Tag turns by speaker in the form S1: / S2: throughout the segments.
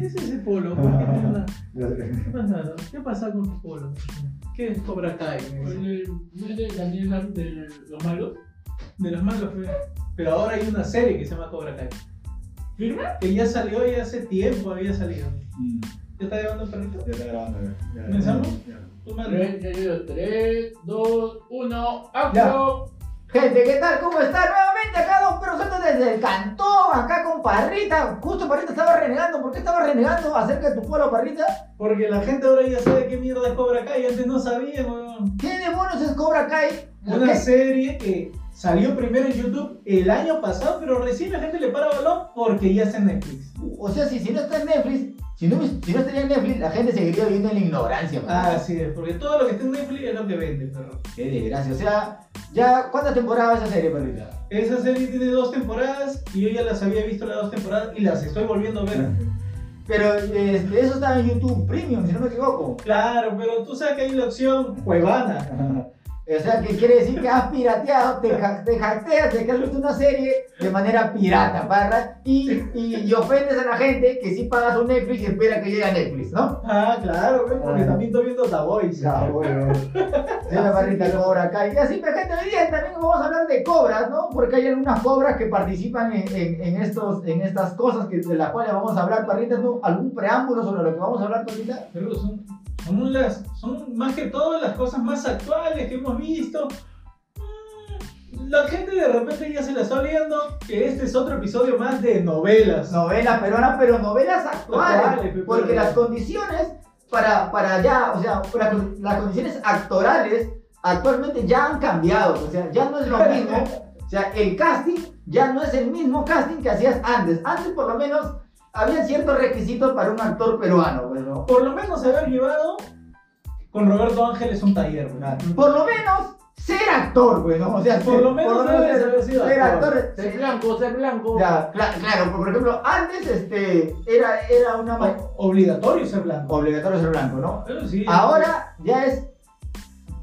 S1: Ese es ese polo. ¿Por qué te andas? ¿Qué pasa? ¿Qué pasa con tu polo? ¿Qué es Cobra Kai?
S2: Oye, ¿no es de Daniel de los malos?
S1: De los malos, pues. Pero ahora hay una serie que se llama Cobra Kai.
S2: ¿Firma?
S1: Que ya salió y hace tiempo había salido.
S3: Mm,
S1: ¿Ya está llevando el perrito?
S3: Ya está grabando, ya. ya, ya,
S1: ¿Comenzamos?
S3: ya.
S1: ¿Tu madre?
S2: 3, 2, 1,
S4: Ya.
S2: ¡acto!
S4: Gente, ¿qué tal? ¿Cómo están? Nuevamente acá Don Pedro Santos desde el cantón, acá con Parrita. Justo Parrita estaba renegando. ¿Por qué estaba renegando acerca de tu pueblo, Parrita?
S1: Porque la gente ahora ya sabe qué mierda es Cobra Kai. Antes no sabía, weón.
S4: ¿Qué demonios es Cobra Kai? ¿Por
S1: Una
S4: qué?
S1: serie que salió primero en YouTube el año pasado, pero recién la gente le para balón porque ya está en Netflix.
S4: O sea, si, si no está en Netflix, si no, si no estaría en Netflix, la gente seguiría viviendo en la ignorancia. man.
S1: Ah, sí, porque todo lo que está en Netflix es lo que vende, perro.
S4: Qué desgracia. O sea, ya, ¿cuántas temporadas va esa serie, Parrita?
S1: Esa serie tiene dos temporadas y yo ya las había visto las dos temporadas y las estoy volviendo a ver.
S4: Pero este, eso está en YouTube Premium, si no me equivoco.
S1: Claro, pero tú sabes que hay la opción cuevana.
S4: O sea, que quiere decir que has pirateado, te, ja- te jacteas de que has visto una serie de manera pirata, barra, y, y, y ofendes a la gente que sí paga su Netflix y espera que llegue a Netflix, ¿no?
S1: Ah, claro, güey, porque
S4: Ah.
S1: también estoy viendo The Voice.
S4: Ya, bueno. De la barrita Cobra Kai. Y así, pero gente, hoy día también vamos a hablar de cobras, ¿no? Porque hay algunas cobras que participan en, en- en estos, en estas cosas que, de las cuales vamos a hablar, Parrita. ¿no? ¿Algún preámbulo sobre lo que vamos a hablar, Parrita?
S1: Pero son, son, las, son más que todo las cosas más actuales que hemos visto. Mm, La gente de repente ya se la está olvidando que este es otro episodio más de novelas.
S4: Novelas peruanas, pero novelas
S1: Actuales, pues,
S4: actuales.
S1: pe,
S4: Porque
S1: pero-
S4: las condiciones para, para ya, o sea, para- las condiciones actorales actualmente ya han cambiado. O sea, ya no es lo mismo. O sea, el casting ya no es el mismo casting que hacías antes. Antes, por lo menos, había ciertos requisitos para un actor peruano, pues, ¿no?
S1: Por lo menos haber llevado con Roberto Ángeles un taller. güey.
S4: Por lo menos, ser actor, pues, ¿no? O sea,
S1: Por lo menos debes
S4: ser-
S1: haber sido
S4: ser
S1: actor.
S4: actor.
S2: Ser blanco, ser blanco.
S4: Ya, cla- claro, por ejemplo, antes este, era, era una... ma-
S1: O- Obligatorio ser blanco.
S4: Obligatorio ser blanco, ¿no?
S1: Pero sí.
S4: Ahora ya es.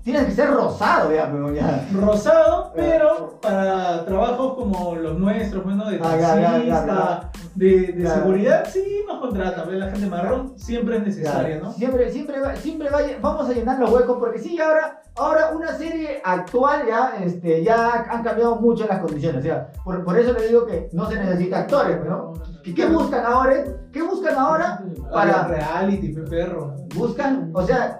S4: Tienes que ser rosado, ya, pero ya.
S1: Rosado, pero para trabajos como los nuestros, bueno, de
S4: Eh. Ah, ya, ya,
S1: taxista,
S4: ya, ya.
S1: de, de
S4: Ya.
S1: seguridad, sí nos contratan. pero La gente marrón siempre es necesaria,
S4: Ya.
S1: ¿no?
S4: Siempre, siempre, va- siempre va- vamos a llenar los huecos porque sí, ahora, ahora una serie actual ya, este, ya han cambiado mucho las condiciones. O sea, por, por eso le digo que no se necesita actores, ¿no? ¿Y qué buscan ahora? eh? ¿Qué buscan ahora?
S1: Para
S4: Para-
S1: reality, pe perro.
S4: Buscan, o sea,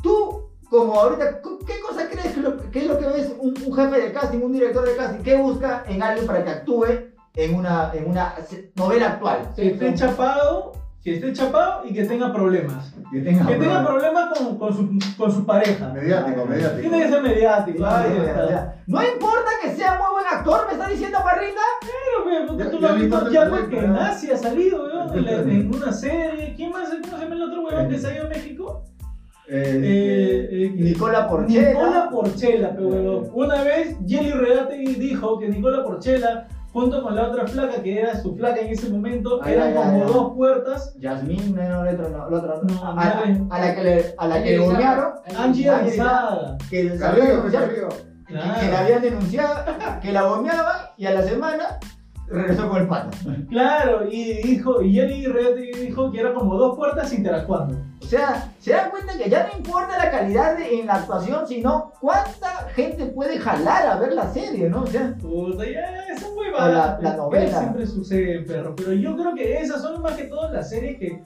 S4: tú como ahorita, cu- ¿qué cosa crees que, lo- que es lo que ves un, un jefe de casting, un director de casting? ¿Qué busca en alguien para que actúe en una, en una se- novela actual?
S1: Que esté chapado, que esté chapado y que tenga problemas.
S3: Que tenga
S1: que tenga
S3: problemas.
S1: problemas con, con, su, con su pareja.
S3: Mediático, mediático.
S1: Tiene que ser mediático. Ay,
S4: O
S1: está.
S4: sea, no importa que sea muy buen actor, me está diciendo Parrita.
S1: Pero, pe, puta,
S3: Ya-
S1: tú
S3: ya
S1: lo has
S3: vi
S1: visto
S3: dónde
S1: ya
S3: te voy,
S1: porque
S3: pero-
S1: Nazi ha salido, weón, en, la- en una serie. ¿Quién más? ¿Cómo se llama el otro weón que salió en México? Eh,
S3: Eh,
S1: eh,
S4: Nicola Porchela. Eh.
S1: Nicola Porchela, pe, huevón. Una vez Jelly Regategui dijo que Nicola Porchela, junto con la otra flaca, que era su flaca en ese momento,
S4: Ay,
S1: eran
S4: ay,
S1: como
S4: ay, ay.
S1: dos puertas.
S4: Yasmín, no, no, el otro no, el otro no.
S1: No,
S4: a, a-
S1: no,
S4: a la que le, a la que le golpearon,
S1: Angie
S4: Angie
S1: Avisada.
S4: que le
S3: Carrillo,
S4: habían denunciado,
S3: Carrillo.
S4: que, que la habían denunciado, que la bombeaban y a la semana regresó con el pato.
S1: Claro, y dijo, y Jelly Regategui dijo que era como dos puertas interactuando.
S4: O sea, se dan cuenta que ya no importa la calidad de- en la actuación, sino cuánta gente puede jalar a ver la serie, ¿no? O sea,
S1: Puta, ya es muy
S4: O la-
S1: barato.
S4: la novela.
S1: Siempre sucede, perro. Pero yo creo que esas son más que todas las series que,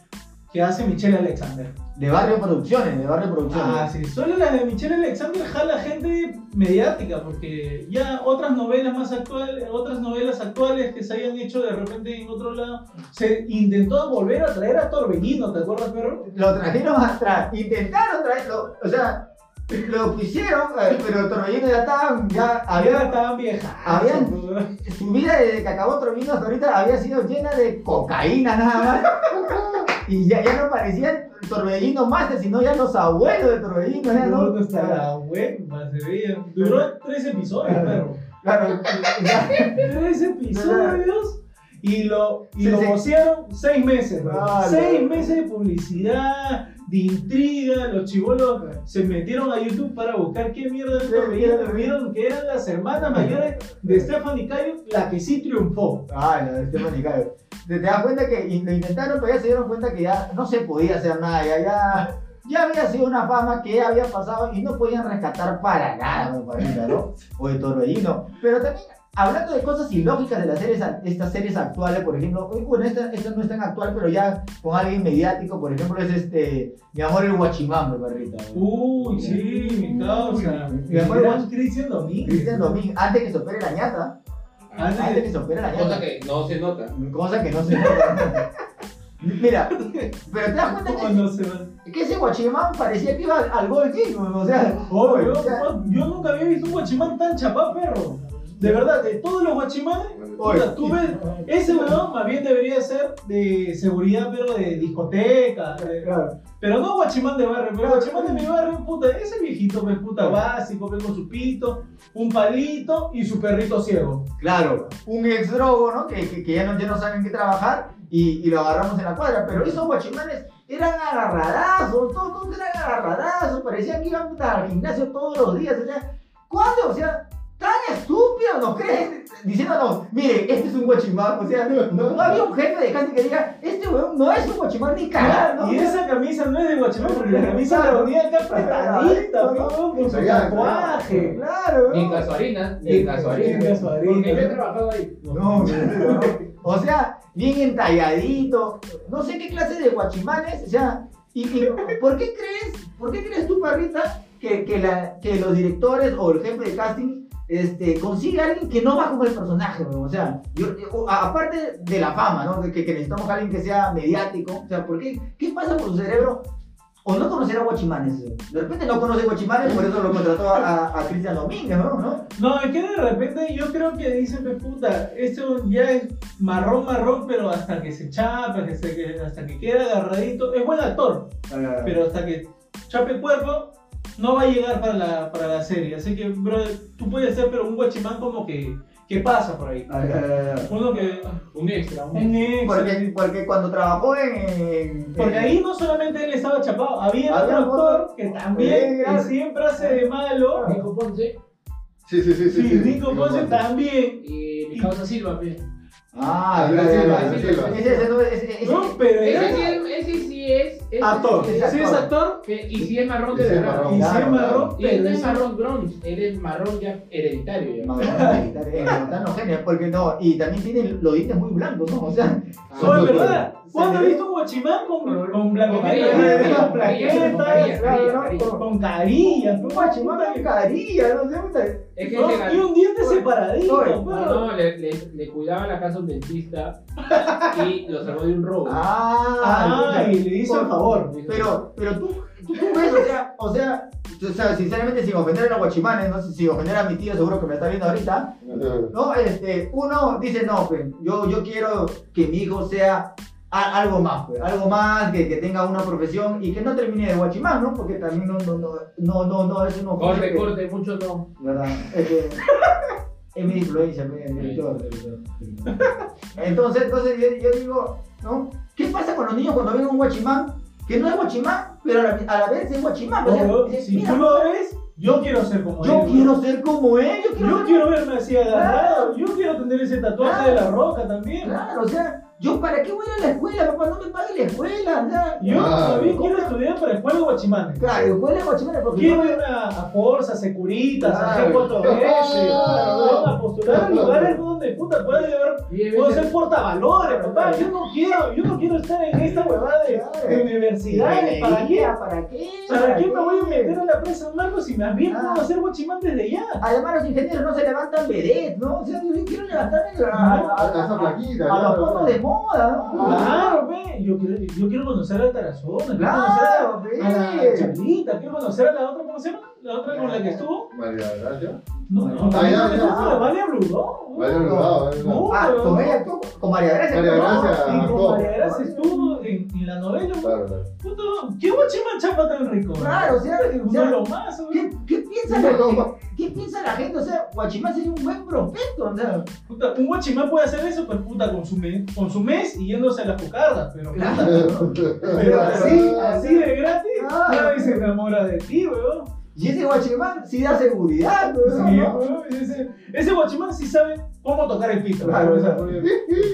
S1: que hace Michelle Alexander.
S4: de barrio producciones, de barrio producciones.
S1: Ah, sí. Solo las de Michelle Alexander jala gente mediática, porque ya otras novelas más actuales, otras novelas actuales que se hayan hecho de repente en otro lado, se intentó volver a traer a Torbellino, ¿te acuerdas, perro?
S4: Lo trajeron atrás, intentaron traerlo, o sea, lo quisieron, eh, pero Torbellino ya estaba, ya
S1: Había
S4: había,
S1: estaban viejas.
S4: Habían- su vida desde que acabó Torbellino hasta ahorita había sido llena de cocaína nada más. Y ya, ya no parecía Torbellino Master, sino ya los abuelos de Torbellino, ya no.
S1: No, hasta la hueva se veía. Duró tres episodios, perro.
S4: Claro, ya-
S1: Tres episodios y lo, y
S4: Sí,
S1: lo
S4: sí.
S1: vocearon seis meses, bro.
S4: Ah,
S1: seis
S4: no.
S1: meses de publicidad, de intriga, los chivolos se metieron a YouTube para buscar qué mierda
S4: Sí,
S1: esto
S4: mira,
S1: veían, vieron que eran las hermanas mayores de Stephanie Cayo la que sí triunfó.
S4: Ay, la de Stephanie Cayo. Te, te das cuenta que in- lo intentaron, pero ya se dieron cuenta que ya no se podía hacer nada. Ya, ya, ya había sido una fama que ya había pasado y no podían rescatar para nada, me parece, ¿no? O de Torbellino. Pero también, hablando de cosas ilógicas de las series, a- estas series actuales, por ejemplo, uy, bueno, esta, esta no es tan actual, pero ya con alguien mediático, por ejemplo, es este, mi amor el guachimán, me parece.
S1: Uy, sí, mi causa.
S4: Y después,
S1: Gran Cristian Domínguez.
S4: Cristian Domínguez, antes que se opere la ñata,
S2: Ah,
S4: antes que
S1: Antes-
S4: se opere la ñata.
S3: Cosa que no se nota.
S4: Cosa que no se nota. Mira, pero te das
S1: ¿Cómo
S4: cuenta
S1: no se va?
S4: que, que ese guachimán parecía que iba al, al gol king, o sea,
S1: Oh, yo,
S4: o sea,
S1: yo nunca había visto un guachimán tan chapá, perro. De verdad, de todos los guachimanes,
S4: Oye.
S1: puta, tú ves, ese weón más bien debería ser de seguridad, pero de discoteca. de-
S4: claro.
S1: Pero no guachimán de barrio, pero guachimán de mi barrio, puta, ese viejito, pues, puta, básico, pues, con su pito, un palito y su perrito ciego.
S4: Claro, un ex drogo, ¿no? Que, que, que ya, no, ya no saben qué trabajar y, y lo agarramos en la cuadra. Pero esos guachimanes eran agarradazos, todos, todos eran agarradazos, parecía que iban puta, al gimnasio todos los días. O sea, ¿cuándo? O sea, tan estúpidos nos creen diciéndonos, mire, este es un guachimán. O sea, no, no había un jefe de casa que diga, este weón no es un guachimán ni cagar, ¿no?
S1: Y esa camisa no es de guachimán, porque la camisa la ponía acá apretadita, ¿no? Con su
S4: Claro,
S1: tatuaje.
S4: Claro,
S3: Ni
S4: ¿no?
S3: en casuarinas, ni
S4: Ni-
S3: en
S1: Bien,
S3: casuarinas.
S2: Porque yo he
S1: casuarina.
S2: trabajado ahí.
S4: No, no. O sea, bien entalladito. No sé qué clase de guachimanes. O sea, y, y ¿por qué crees, por qué crees tú, Parrita, que, que, la, que los directores o el jefe de casting este, consiga a alguien que no va como el personaje, weón? O sea, yo- o- a- aparte de la fama, ¿no? De que, que necesitamos a alguien que sea mediático. O sea, ¿por qué? ¿Qué pasa por su cerebro? O no conocer a Guachimanes. weón. De repente no conoce Guachimanes, por eso lo contrató a, a, a Cristian Domínguez, ¿no? ¿no?
S1: No, es que de repente yo creo que dicen, pues, puta, esto ya es marrón, marrón, pero hasta que se chapa, que se- que- hasta que queda agarradito. Es buen actor, pero hasta que chape cuerpo no va a llegar para la, para la serie. Así que, brother, tú puedes ser, pero un guachimán como que, que pasa por ahí. Uno que... ah,
S2: Un extra, un
S1: un
S2: extra.
S1: ex,
S4: Porque, porque cuando trabajó en. en-
S1: porque
S4: en-
S1: ahí no solamente él estaba chapado, había
S4: Había
S1: otro actor
S4: otro.
S1: que
S4: Bien,
S1: también que
S4: gracias.
S1: siempre hace de malo.
S2: Nico Ponce
S5: Sí, sí, sí. sí,
S1: Sí,
S5: sí,
S1: Nico Ponce también.
S2: y mi causa Silva, pues. pe.
S4: Ah,
S5: Andrés
S4: ya, ya,
S5: Silva,
S4: ya.
S5: Andrés Silva.
S4: Ese, ese no es- ese- ese-
S1: No, pero
S2: Ese sí
S1: era
S2: es- ese sí es. ese
S1: actor.
S2: sí
S1: Sí
S2: es-
S1: es actor
S2: pe, Y sí es marrón de
S5: Ese es
S2: verdad.
S1: y sí es
S4: Claro,
S1: marrón,
S2: Y él
S1: pero
S2: no es
S1: es-
S2: marrón bronze, él es marrón ya hereditario. ya.
S4: No, no, no, no, genial, porque no, y también tiene los dientes muy blancos, ¿no? O sea,
S1: No,
S2: Ah,
S1: es verdad. ¿Cuándo has
S4: Sí.
S1: visto un guachimán con, con
S2: Con
S1: blanquetas, con
S2: carilla, con
S1: plaquetas,
S2: carilla,
S1: claro,
S2: con
S1: ¿no?
S2: carilla.
S1: con, con carillas?
S4: un
S1: ¿no?
S4: guachimán de carilla, no sé, puta.
S2: Es que
S1: No,
S2: le
S1: y
S2: ganó.
S1: un diente separadito, pues.
S4: Oye,
S1: pero.
S2: No, le, le- le cuidaba la casa a un dentista y lo salvó de un robo.
S4: Ah,
S1: Ah, y le hizo el favor.
S4: Pero, pero tú, tú, tú ves, o sea, o sea, o sea, sinceramente, sin ofender a los guachimanes, no sé, sin ofender a mi tío, seguro que me está viendo ahorita, No, este, uno dice, no, pues, yo, yo quiero que mi hijo sea a- algo más, pues, algo más, que, que tenga una profesión y que no termine de guachimán, ¿no? Porque también no, no, no, no, no, no, es un oficio
S2: Corte,
S4: que-
S2: corte, mucho no.
S4: ¿Verdad? Este, es mi influencia, pues, director. Entonces, entonces yo, yo digo, ¿no? ¿Qué pasa con los niños cuando ven un guachimán? Que no es guachimán, pero a la, a la vez es guachimán. o sea,
S1: Ojo,
S4: dices,
S1: si
S4: mira,
S1: tú lo ves, yo quiero ser como
S4: yo
S1: él.
S4: quiero ser como él, yo quiero
S1: Yo
S4: ser
S1: quiero verme así agarrado. Yo quiero tener ese tatuaje de la roca también.
S4: Claro, o sea, yo para qué voy a ir a la escuela, papá, no me pague la escuela, o sea,
S1: Yo
S5: Claro.
S1: también quiero estudiar para escuela de guachimanes.
S4: claro, escuela de guachimanes, porque
S1: Quiero
S4: no me-
S1: irme a, a Forza, a Securitas, a
S4: Claro.
S1: G4S,
S5: Claro.
S1: a postular en lugares donde puta pueda llevar Puedo ser portavalores, papá. Yo no quiero, yo no quiero estar en esta huevada de, de universidades. ¿Para qué?
S4: ¿Para qué?
S1: ¿Para qué me voy a meter a la presa Marcos si más bien
S4: Ah.
S1: puedo hacer guachimán desde ya?
S4: Además los ingenieros no se levantan vedet, ¿no? O sea, yo quiero levantarme a,
S1: Ah,
S4: a-
S5: A
S4: a-
S5: Ah, esa flaquita.
S4: a los
S5: claro.
S4: puestos de moda, ¿no?
S1: Claro, ve. Ah, Yo quiero, yo quiero conocer a Tarazona, quiero conocer a
S4: Claro,
S1: la, a la
S4: ve.
S1: Charlita, quiero conocer a la otra, ¿cómo se llama? la otra con la que estuvo?
S5: María Gracia.
S1: No, no, no.
S5: Ah, ya, ya, ya.
S1: Vale, Bruno.
S5: Vale, no, vale, ¿eh? no.
S1: No.
S4: Ah, con ella actuó, con María Gracia.
S5: María
S4: ¿no?
S5: Gracia.
S1: Y con
S5: actuó.
S1: María Gracia estuvo en, en la novela.
S5: Claro, claro.
S1: Puto, ¿Qué guachima chapa tan rico?
S4: Claro, o sea, o
S1: Uno de
S4: sea
S1: los más, güey.
S4: ¿qué, qué piensa la gente? ¿Qué piensa la gente? O sea, Guachimán sería un buen profeto, o sea,
S1: Puta, un guachimán puede hacer eso, pero puta, con su, mes, con su mes y yéndose a las pucarras, pero puta, Pero así, así de gratis,
S4: Ah.
S1: nadie se enamora de ti, weón.
S4: Y ese Guachimán sí da seguridad, ¿no?
S1: Sí, weón. Ese, ese guachimán sí sabe cómo tocar el pito.
S4: Claro,
S1: o sea,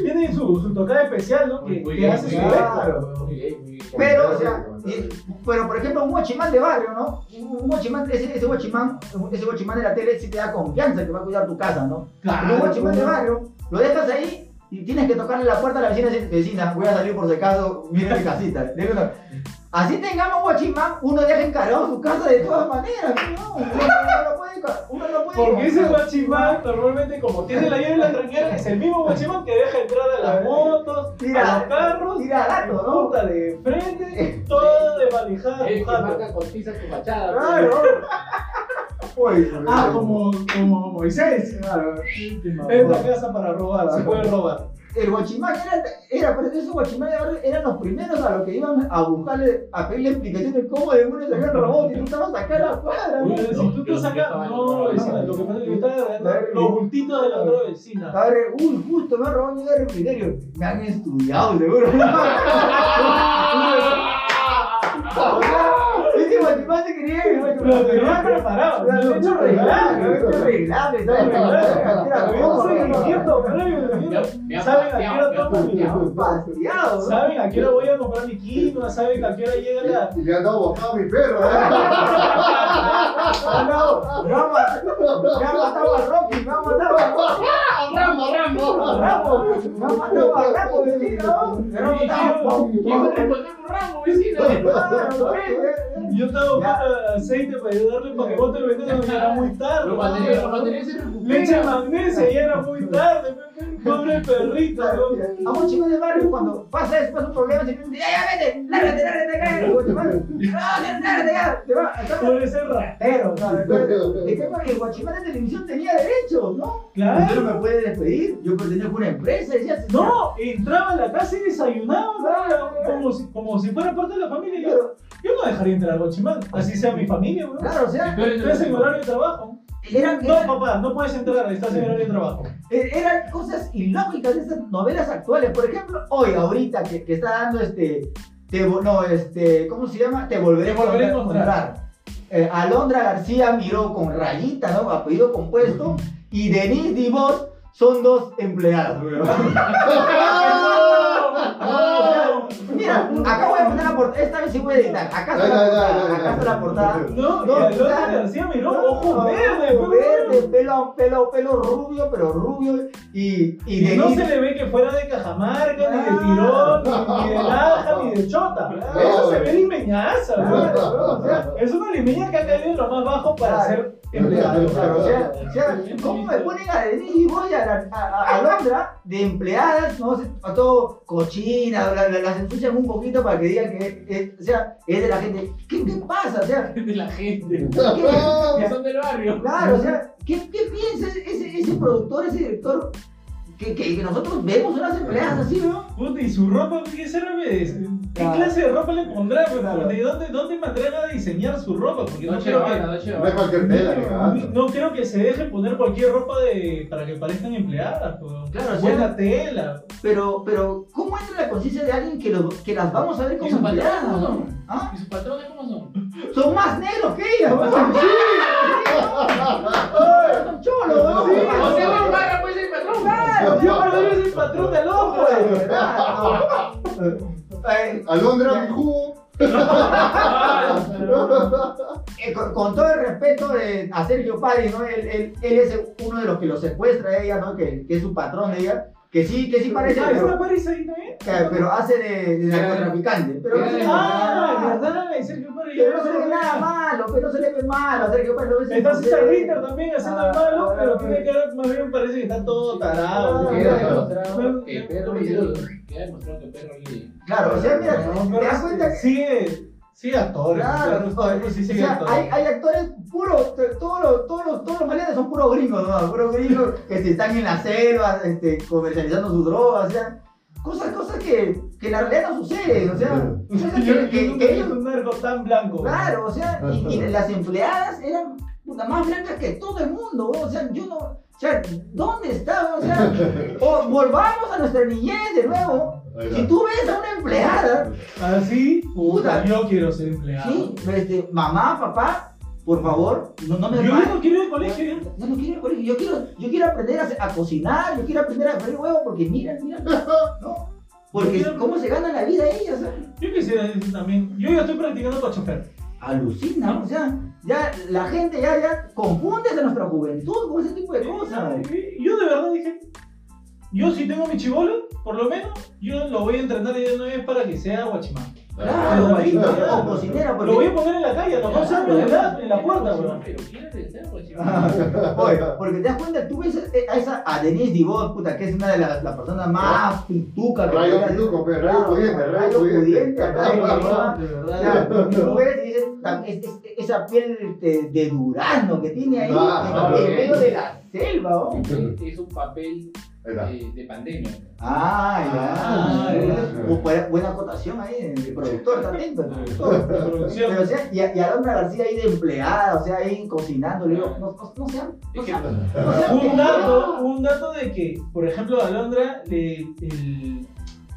S1: tiene su, su tocada especial, ¿no? Que,
S2: Muy
S1: que
S2: bien,
S1: hace su
S2: claro.
S1: resto, weón.
S2: Muy bien, muy bien.
S4: Pero, o sea, y- pero por ejemplo, un guachimán de barrio, ¿no? Un guachimán, ese, ese guachimán, ese guachimán de la tele sí te da confianza que va a cuidar tu casa, ¿no? Pero un guachimán de barrio, lo dejas ahí y tienes que tocarle la puerta a la vecina y decir, vecina, voy a salir por si acaso, mira mi casita. Dile una- Así tengamos un guachimán, uno deja encargado su casa de todas maneras, ¿no? Uno no puede, uno no puede
S1: Porque ese guachimán normalmente como tiene la llave en la tranquera es el mismo guachimán que deja entrar a las motos, a los carros,
S4: tira gato, ¿no?
S1: puta de frente, todo de manejada,
S2: Es que
S1: mojada.
S2: marca con tiza tu fachada.
S4: Claro. Uy,
S1: Ah, como, como Moisés. Es la casa para robar, se puede robar.
S4: el guachimán era, era pero esos guachimanes de barrio eran los primeros a los que iban a buscarle, a pedirle explicación de cómo demonios se habían robado y no estaban sacando la cuadra.
S1: Pero
S4: ¿no?
S2: Uy,
S1: si tú te sacas, no, vecina, lo que pasa es que yo estaba agarrando los bultitos de la otra vecina.
S4: A ver, uy, justo me han robado mi refrigerio. Me han estudiado, seguro. O sea, Ese guachimán se quería ir.
S1: Lo tenía preparado, lo he hecho arreglar. Yo soy inquieto, pero ¿Saben a qué hora toman mi ¿Saben a qué hora voy a comprar mi quinoa? ¿Saben a qué hora llega la,
S5: Y le han dado bocado a mi perro, ¿eh?
S4: No, no, me ha matado a Rocky, me ha matado a
S5: Rambo, Rambo.
S4: Ramo, me ha matado a Ramo, vecino. Me ha matado a
S2: ¿Quién va a responder por ramo, vecino?
S4: Claro,
S1: Yo estaba buscando aceite para ayudarle para que bote el veneno y era muy tarde.
S2: Los materiales, los materiales se
S1: Leche de
S2: recuperan.
S1: magnesia y era muy tarde. Pobre perrito. ¿no?
S4: A un chico de barrio cuando pasa después un problema se dice, ya, ya, vete, lárgate, lárgate acá, y te mando, no, lárgate ya, te va, acá
S1: Pobre ese ratero.
S4: ratero, claro. El tema es que el guachimán de televisión tenía derechos, ¿no? Usted
S1: Claro.
S4: no me puede despedir, yo pertenezco a una empresa, decía,
S1: No, entraba a la casa y desayunaba ¿no? como, si, como si fuera parte de la familia. Yo,
S4: claro,
S1: yo no dejaría entrar al Guachimán, así sea mi familia, weón.
S4: claro, o sea,
S1: Estás en horario de trabajo.
S4: eran,
S1: No, papá, no puedes entrar, estás en horario de trabajo.
S4: Eh, Eran cosas ilógicas de esas novelas actuales. Por ejemplo, hoy, ahorita, que, que está dando este. Te, vo- no, este. ¿Cómo se llama? Te volveré,
S1: Te volveré
S4: a
S1: a
S4: encontrar. Eh, Alondra García miró con rayita, ¿no? Apellido compuesto. Y Denise Divos son dos empleados, weón. Mira, acá voy a poner la portada. Esta vez sí voy a editar. Acá está la
S5: Dale, dale,
S4: portada.
S5: dale,
S4: Acá
S5: dale.
S4: está la portada.
S1: No, y al otro García miró, ojo verde, pues,
S4: Ojo
S1: weón.
S4: verde, pelo, pelo, pelo rubio, pero rubio. Y, y
S1: Y
S4: Denise
S1: no se le ve que fuera de Cajamarca, ni de Tirón, ni, ni de Laja, ni de Chota. Eso se ve limeñaza,
S4: Ah,
S1: weón. Es una limeña que ha caído en lo más bajo para ser empleado.
S4: Claro, o sea, o sea, ¿cómo me ponen a Denise y voy a, la- a, a- a Londra de empleadas, no sé, a todo cochina, la- la- las ensucian un poquito para que digan que es, o sea, es de la gente? ¿Qué, qué pasa? O sea,
S2: de la gente.
S4: ¿qué,
S2: Que son del barrio.
S4: claro, o sea, ¿qué, qué piensa ese, ese productor, ese director? Que, que, que nosotros vemos unas empleadas así, ¿no?
S1: Puta, y su ropa, ¿qué será? ¿Qué
S4: Claro.
S1: clase de ropa le pondrá? pues,
S4: Claro.
S1: puta? ¿Y dónde, dónde me atreva a diseñar su ropa? Porque no
S2: Noche
S1: quiero que.
S2: vana, noche
S5: No es
S2: vana.
S5: cualquier tela, ni
S1: No,
S5: cagando.
S1: no creo que se deje poner cualquier ropa de, para que parezcan empleadas. pues.
S4: Claro, o sea-
S1: Buena tela.
S4: Pero, pero, ¿cómo entra la conciencia de alguien que, lo- que las vamos a ver
S2: ¿Y
S4: como
S2: sus patrones
S4: empleadas?
S2: cómo
S4: ¿no?
S2: son?
S4: ¿Ah?
S2: ¿Y sus patrones cómo son?
S4: Son más negros que ellas, ¿no? Son cholos, ¿no?
S5: Sí.
S2: O sea, bueno, barra, pues, el patrón.
S4: Claro,
S1: Yo pero eres el patrón del ojo. eh.
S4: Eh,
S5: Alondra, mi jugo.
S4: eh, con, con todo el respeto de, a Sergio Pari, ¿no? Él, él- él es uno de los que lo secuestra a ella, ¿no? Que, que es su patrón de ella. Que sí, que sí parece,
S1: Ah, ¿es una
S4: pero,
S1: Paris ahí también?
S4: eh, pero hace de, de narcotraficante. Pero no se le ve
S1: Ah,
S4: nada.
S1: ¿verdad? Y Sergio Paris.
S4: Pero no se le ve nada malo, pero no se le ve malo a Sergio Pari. No ves-
S1: Está César Ritter también haciendo el malo,
S4: Ah,
S1: pero tiene cara, más bien parece que está todo tarado.
S4: Ah,
S2: Queda
S1: Mira,
S2: demostrado
S4: Eh,
S2: que Perro y- queda demostrado que Perro y-
S4: Claro, o sea, mira,
S1: no,
S4: te
S1: pero
S4: das cuenta que
S1: sigue, Sí, actores.
S4: Claro,
S1: o sea, sí, sí,
S4: o sea,
S1: actores.
S4: hay, hay actores puros, t- todos los, todos los, todos los maleantes son puros gringos, ¿no? Puros gringos que se están en la selva, este, comercializando sus drogas, o sea, cosas, cosas que, que en la realidad no suceden, o sea, cosas que,
S1: Yo, yo
S4: que-
S1: nunca
S4: que
S1: he
S4: ellos-
S1: visto un narco tan blanco.
S4: claro, o sea, y, y las empleadas eran puta, más blancas que todo el mundo, o sea, yo no, o sea, ¿dónde estaba? O sea, o volvamos a nuestra niñez de nuevo, si tú ves a una empleada
S1: Así, puta,
S4: Puta.
S1: yo quiero ser empleado.
S4: Sí, este, mamá, papá, por favor, no, no me
S1: Yo
S4: hermanes.
S1: no quiero ir al colegio. ¿eh? ya.
S4: Yo no quiero ir al colegio, yo quiero, yo quiero aprender a, hacer- a cocinar, yo quiero aprender a freír huevo porque mira, mira, no. Porque cómo se gana la vida ellas, ¿eh?
S1: Yo quisiera decir también, yo ya estoy practicando para chofer.
S4: alucina, o sea, ya la gente ya, ya confunde a nuestra juventud con ese tipo de cosas.
S1: Y Yo de verdad dije, yo si tengo mi chivolo, por lo menos, yo lo voy a entrenar de una vez para que sea guachimán.
S4: Claro,
S1: Claro,
S4: machito,
S1: claro.
S4: o cocinera,
S1: Lo voy a
S4: porque,
S1: poner en la calle, lo más en la, en la puerta, bro.
S2: Pero quieren ser, güey.
S4: Ah, oye, porque te das cuenta, tú ves a esa a Denise Divot, puta, que es una de las, las personas más pituca que
S5: Rayo
S4: hay.
S5: pituco, pe, rayo pudiente, rayo pudiente.
S4: rayo pudiente.
S1: De verdad.
S4: Claro, tú ves y dices, "Tan- es- es- esa piel de, de durazno que tiene ahí,
S5: Ah,
S4: en
S2: ok.
S4: medio de la selva, oh. ¿no?
S2: Es un papel
S5: Ahí está.
S2: eh, de pandemia.
S4: Ah,
S1: Ah,
S4: ya.
S5: ya.
S4: Bu- buena, buena acotación ahí, el productor, está atento, el productor.
S1: La producción.
S4: Pero, o sea, y a, y a Alondra García ahí de empleada, o sea, ahí cocinando, le digo, no, no, no sean, no sean, no sean
S1: un
S4: pesados.
S1: dato, un dato de que, por ejemplo, Alondra, le- el,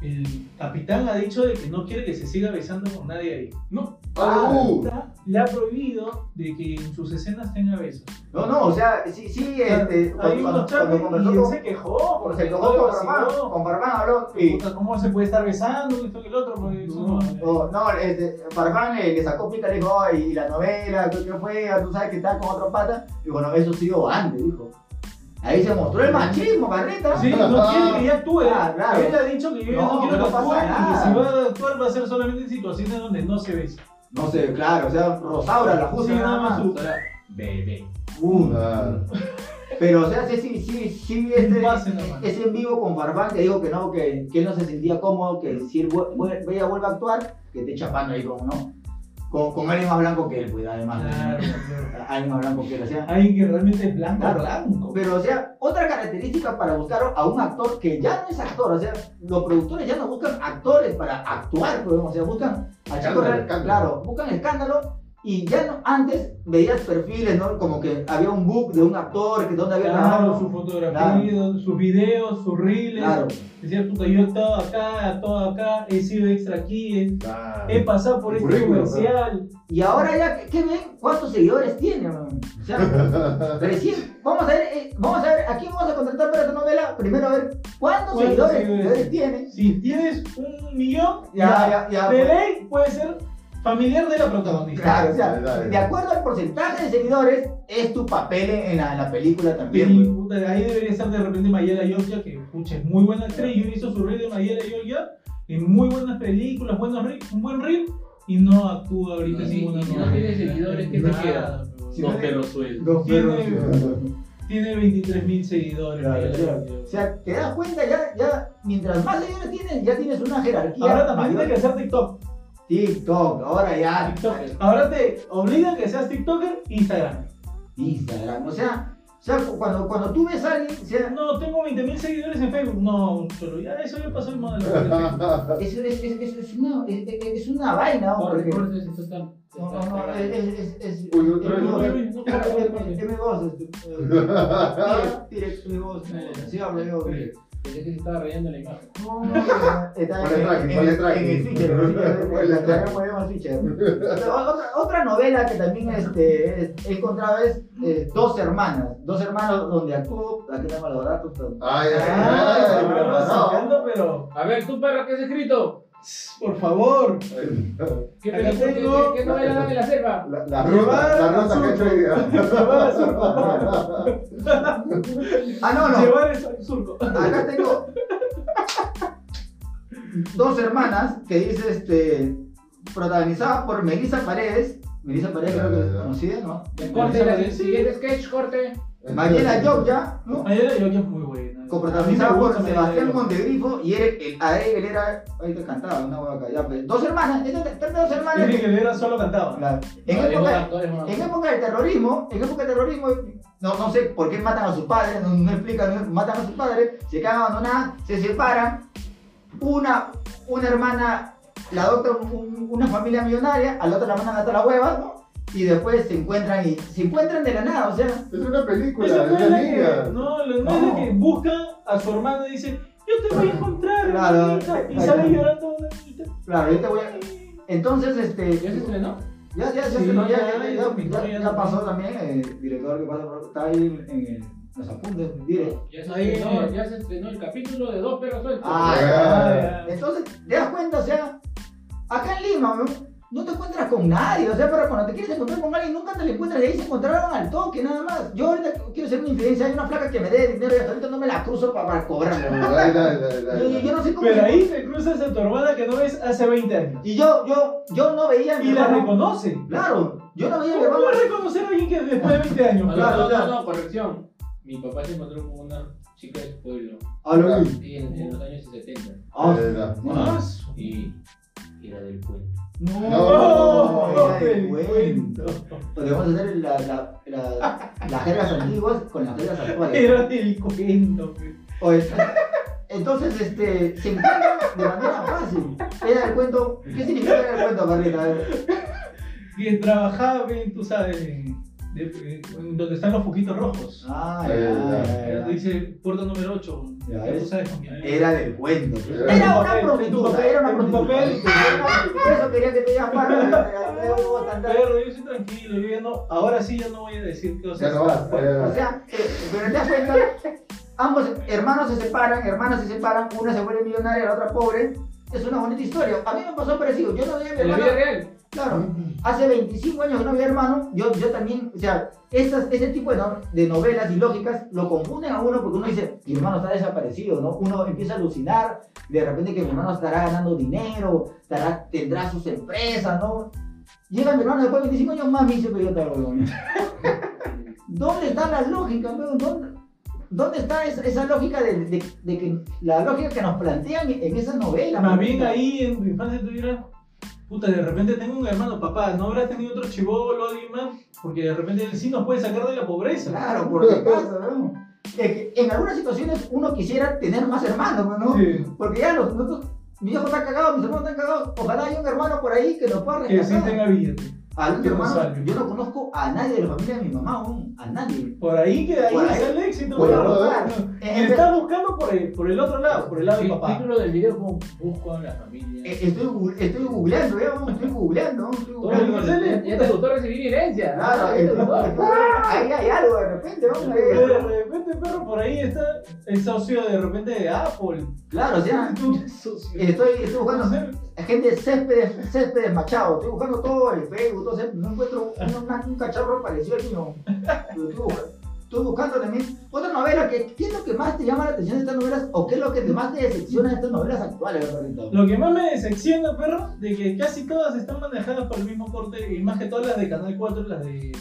S1: el capitán ha dicho de que no quiere que se siga besando con nadie ahí. No.
S5: Ah, uh,
S1: Alondra le ha prohibido de que en sus escenas tenga besos.
S4: No, no, o sea, sí,
S1: Hay
S4: sí, este,
S1: unos
S4: cuando,
S1: chapes y
S4: cuando conversó
S1: él
S4: con,
S1: se quejó porque
S4: se
S1: no
S4: tocó
S1: le
S4: con
S1: vaciló.
S4: Farfán, con Farfán habló, y
S1: Puta, ¿Cómo se puede estar besando esto que el otro? Porque eso no vale.
S4: No, no, este, Farfán eh, le sacó pica, le dijo, "Ay, y la novela, ¿qué qué fue? Ah, Tú sabes que estás con otro pata. Y bueno, eso sí sido antes, dijo. Ahí se mostró el machismo, carreta.
S1: Sí, no quiere que ya actúe.
S4: Ah, claro.
S1: Él ha dicho que yo ya no,
S4: No,
S1: quiero
S4: no
S1: que
S4: pasa
S1: actúe y
S4: nada.
S1: si va a actuar va a ser solamente en situaciones donde no se besa.
S4: No sé, claro, o sea, Rosaura, la justa
S1: Sí,
S4: nada más.
S1: su-
S2: Ahora, bebé.
S4: Uh,
S5: ah,
S4: Pero, o sea, sí, sí, sí, sí, este,
S1: pase nada más.
S4: ese en vivo con Farfán que dijo que no, que, que él no se sentía cómodo, que si él vu- vu- ella vuelve a actuar, que esté chapando ahí con, ¿no? Con, con alguien más blanco que él, pues, además.
S1: Claro, claro.
S4: Alguien más blanco que él, o sea.
S1: Alguien que realmente es blanco,
S4: Claro.
S1: blanco.
S4: Pero, o sea, otra característica para buscar a un actor que ya no es actor, o sea, los productores ya no buscan actores para actuar, pues, o sea, buscan a chicos
S5: Escándalo,
S4: real-
S5: escándalo.
S4: claro, buscan escándalo y ya no, antes veías perfiles, ¿no? Como que había un book de un actor, que donde había
S1: Claro,
S4: trabajado.
S1: su fotografía, sus videos, sus reels.
S4: Claro,
S1: Decía, puta, yo he estado acá, he estado acá, he sido extra aquí, he,
S5: ah.
S1: he pasado por
S5: El
S1: este
S5: currículum,
S1: comercial.
S4: y ahora ya, ¿qué- ¿qué ven? ¿Cuántos seguidores tiene? man? O sea, recién, vamos a ver, eh, vamos a ver, ¿a quién vamos a contratar para esta novela? Primero a ver, ¿cuántos,
S1: ¿Cuántos
S4: seguidores,
S1: seguidores?
S4: seguidores tiene?
S1: Si tienes un millón,
S4: Ya, ya, ya.
S1: de
S4: pues.
S1: ley puede ser familiar de la protagonista.
S4: Claro, o sea,
S5: Dale, dale.
S4: de acuerdo al porcentaje de seguidores, es tu papel en la, en la película también.
S1: Y
S4: güey.
S1: puta, ahí debería estar de repente Mayela Georgia, que pucha, es muy buena actriz. Yo hizo su reel de Mayela Georgia en muy buenas películas, buenos reels, un buen reel, y no actúa ahorita
S2: No,
S1: en
S2: y-
S1: ninguna
S2: y si no
S1: novela.
S2: tiene seguidores, ¿qué te
S1: Nada,
S2: queda?
S1: bro.
S4: Sí,
S2: Dos
S4: no-
S2: pelos sueltos.
S4: Los
S1: Tiene,
S4: perros.
S1: tiene 23 mil seguidores.
S4: Claro,
S1: Mayela
S4: claro.
S1: Georgia.
S4: O sea, te das cuenta, ya, ya, mientras más seguidores tienes, ya tienes una jerarquía.
S1: Ahora también
S4: mayor.
S1: tienes que hacer TikTok.
S4: TikTok, ahora ya.
S1: TikToker. Ahora te obligan que seas TikToker, Instagram.
S4: Instagram, o sea, o sea, cu- cuando, cuando tú ves a alguien, o sea,
S1: No, tengo 20 mil seguidores en Facebook. No, pero ya eso ya pasó el modelo. de Facebook.
S4: es, es, es, es- es una, es, es- es una vaina, ¿no?
S2: Corre,
S4: Porque-
S2: corre, esto está-
S4: No, no,
S2: está-
S4: no, eh, es, es, es, es-
S5: Uy, no,
S4: es
S5: no, no,
S4: mi
S2: no,
S4: voz,
S2: no,
S4: es-
S2: no, no,
S4: es- es mi voz, este, eh, direct- direct, mi voz, mi voz, así hablo yo, güey.
S2: Pensé que se estaba rayando la imagen.
S4: No, no, no, está
S5: Ponle track,
S4: en- en-
S5: ponle
S4: en-
S5: track.
S4: en el feature, en el feature,
S5: Ponle
S4: en la-
S5: track.
S4: acá ponemos el feature. Pero Otra, otra novela que también este, es- he encontrado es eh, Dos Hermanas. Dos Hermanos, donde actuó. Aquí tengo los datos. pero-
S5: Ay, ay,
S1: Ah,
S5: ay,
S1: se me va
S5: preparado.
S1: sacando, pero.
S2: A ver, tú, perro, ¿qué has escrito?
S1: Por favor.
S2: ¿Qué
S1: Acá
S2: película? ¿Qué,
S1: tengo-
S2: qué- qué novela dan en la selva?
S5: La, la ruta, la ruta que he hecho
S1: Llevar el surco.
S5: ah. hoy.
S4: Ah, no, no.
S1: Llevar el surco.
S4: Acá tengo Dos Hermanas, que dice este, protagonizada por Melissa Paredes. Melissa Paredes creo que es conocida, ¿no?
S2: Corte, la,
S1: Sí.
S2: siguiente sketch, corte.
S4: Mariela Giorgia, ¿no?
S1: Mayela Georgia es muy buena. A mí
S4: coprotagonizada
S1: me gusta
S4: por
S1: María
S4: Sebastián
S1: Gabriela.
S4: Montegrifo y Eric, el, a Eric él era, ahorita cantaba, una hueá acá, ya, pues, dos hermanas, esas tres dos hermanas.
S1: Tiene que leer a solo cantaba.
S4: Claro. En,
S2: No, es buen
S4: época,
S2: actor, es buen actor.
S4: en época de terrorismo, en época de terrorismo, no, no sé por qué matan a sus padres, no, no explican, no- matan a sus padres, se quedan abandonadas, se separan, una, una hermana la adopta un- un- una familia millonaria, a la otra la mandan hasta la hueva, ¿no? Y después se encuentran y se encuentran de la nada, o sea,
S5: Es una película,
S1: Esa no
S5: es
S1: es
S5: una
S1: la que,
S5: niña.
S1: no, la- no es la que busca a su hermana y dice, yo te voy a encontrar,
S4: Claro.
S1: hermanita", y sale llorando. hermanita.
S4: claro, yo te voy a... Entonces, este...
S2: ¿Ya se estrenó?
S4: Ya, ya, ya,
S1: Sí,
S4: se lo- ya,
S1: ya,
S4: ya, ya,
S1: ya,
S4: ya,
S1: ya,
S4: ya,
S1: ya.
S4: ya pasó también el director que pasa por está ahí en, en el- los apuntes, mire.
S2: Ya se,
S1: Ahí,
S2: estrenó,
S1: eh.
S2: ya se estrenó el capítulo de Dos Perros Sueltos.
S4: Ah,
S1: ya.
S4: Entonces, te das cuenta, o sea, acá en Lima, weón, no te encuentras con nadie, o sea, pero cuando te quieres encontrar con alguien, nunca te le encuentras, y ahí se encontraron al toque, nada más. Yo ahorita quiero hacer una infidencia, hay una flaca que me dé dinero y hasta ahorita no me la cruzo pa- para, cobrarle.
S5: Dale, dale, dale,
S4: Yo, yo-
S5: dale.
S4: yo no sé cómo...
S1: Pero ahí te cruzas a tu hermana que no ves hace 20 años.
S4: Y yo, yo, yo no veía a mi
S1: Y la
S4: hermano.
S1: reconoce.
S4: Claro, yo no veía a mi
S1: ¿Cómo
S4: hermano.
S1: vas a reconocer a alguien que después de 20 años?
S2: No,
S4: claro,
S2: no,
S4: ya.
S2: no, no, corrección. Mi papá se encontró con una chica de su pueblo
S4: A lo que-
S2: sí, en, en los años 70
S4: Ah,
S5: Dale, dale.
S4: no.
S1: Ah, su-
S2: y era del pueblo.
S4: No,
S5: No,
S4: era de
S1: el
S4: cuento.
S1: Oh, cuento.
S4: Podríamos hacer la, la, la, las jergas antiguas con las jergas actuales.
S1: Era del cuento. pe.
S4: O es- entonces, este, se encuentran de manera fácil. Era el cuento. ¿Qué significa era el cuento, Carlita? A ver.
S1: Que trabajaba, pe, tú sabes, en- de- en donde están los foquitos rojos.
S4: Ah,
S1: Era-
S4: ya, ya,
S1: Dice puerta número 8.
S4: Ya,
S1: Ya tú
S4: es-
S1: sabes con quién.
S4: ya. Era del cuento.
S5: Era
S4: Era una
S1: papel,
S4: prostituta, era una
S1: en tu
S4: prostituta.
S1: papel, en tu papel.
S4: Por eso quería que te "Eh, llamaran. O
S1: Pero yo soy tranquilo, yo ya no, ahora sí ya no voy a decir
S5: Ya
S1: cosas.
S5: no vas, dale, dale.
S4: sea, eh, pero te das cuenta, ambos hermanos se separan, hermanas se separan, una se vuelve millonaria, la otra pobre. Es una bonita historia. A mí me pasó parecido. Yo no veía a mi
S2: En la
S4: hermano.
S2: vida real.
S4: Claro, hace 25 años que no había hermano, yo, yo también, o sea, estas, este tipo de, no- de novelas y lógicas lo confunden a uno porque uno dice, mi hermano está desaparecido, ¿no? Uno empieza a alucinar, de repente que mi hermano estará ganando dinero, estará, tendrá sus empresas, ¿no? Llega mi hermano después de 25 años más vicio que yo te lo ¿Dónde está la lógica, weón? ¿Dónde, dónde está esa, esa lógica de, de- de que la lógica que nos plantean en esas novelas?
S1: Más
S4: weón?
S1: bien ahí en tu infancia tú dirás, puta, de repente tengo un hermano, papá, ¿no habrás tenido otro chivolo, alguien más? Porque de repente él sí nos puede sacar de la pobreza.
S4: Claro, por supuesto, ¿no? Eh, que En algunas situaciones uno quisiera tener más hermanos, ¿no?
S1: Sí.
S4: Porque ya los, nosotros, mi hijo está cagado, mis hermanos están cagados. Ojalá haya un hermano por ahí que nos pueda
S1: Que sí
S4: rescatar.
S1: tenga billete.
S4: Algún
S1: que nos
S4: hermano,
S1: salve.
S4: yo no conozco a nadie de la familia de mi mamá, aún, a nadie.
S1: Por ahí que de ahí
S4: Por ahí.
S1: está el éxito.
S5: Por
S1: claro.
S5: ahí.
S1: No.
S4: Eh,
S1: Y
S4: eh,
S1: estás buscando por el, por el otro lado, por el lado de
S2: El
S1: papá.
S2: título del video fue Busco a la familia.
S4: eh, Estoy, gu- estoy googleando, ya, vamos, estoy googleando, estoy
S2: Todo
S4: googleando.
S2: el- ya, ya te gustó recibir herencia.
S4: Claro,
S2: Ya te
S4: eh,
S2: gustó.
S4: ahí hay algo de repente, vamos a
S1: Pero Eh, de
S4: ver.
S1: repente, perro, por ahí está el socio de repente de Apple.
S4: Claro, o sea,
S1: Tú- socio.
S4: estoy, estoy
S1: No
S4: buscando
S1: sé,
S4: Gente, Céspedes, Céspedes Machado, estoy buscando todo el Facebook, todo Céspedes, no encuentro una- una- un cacharro parecido al mío. Lo estoy buscando. Estoy buscando también otra novela que, ¿qué es lo que más te llama la atención de estas novelas o qué es lo que te más te decepciona de estas novelas actuales, Roberto?
S1: Lo que más me decepciona, perro, de que casi todas están manejadas por el mismo corte, y más que todas las de Canal 4, las de,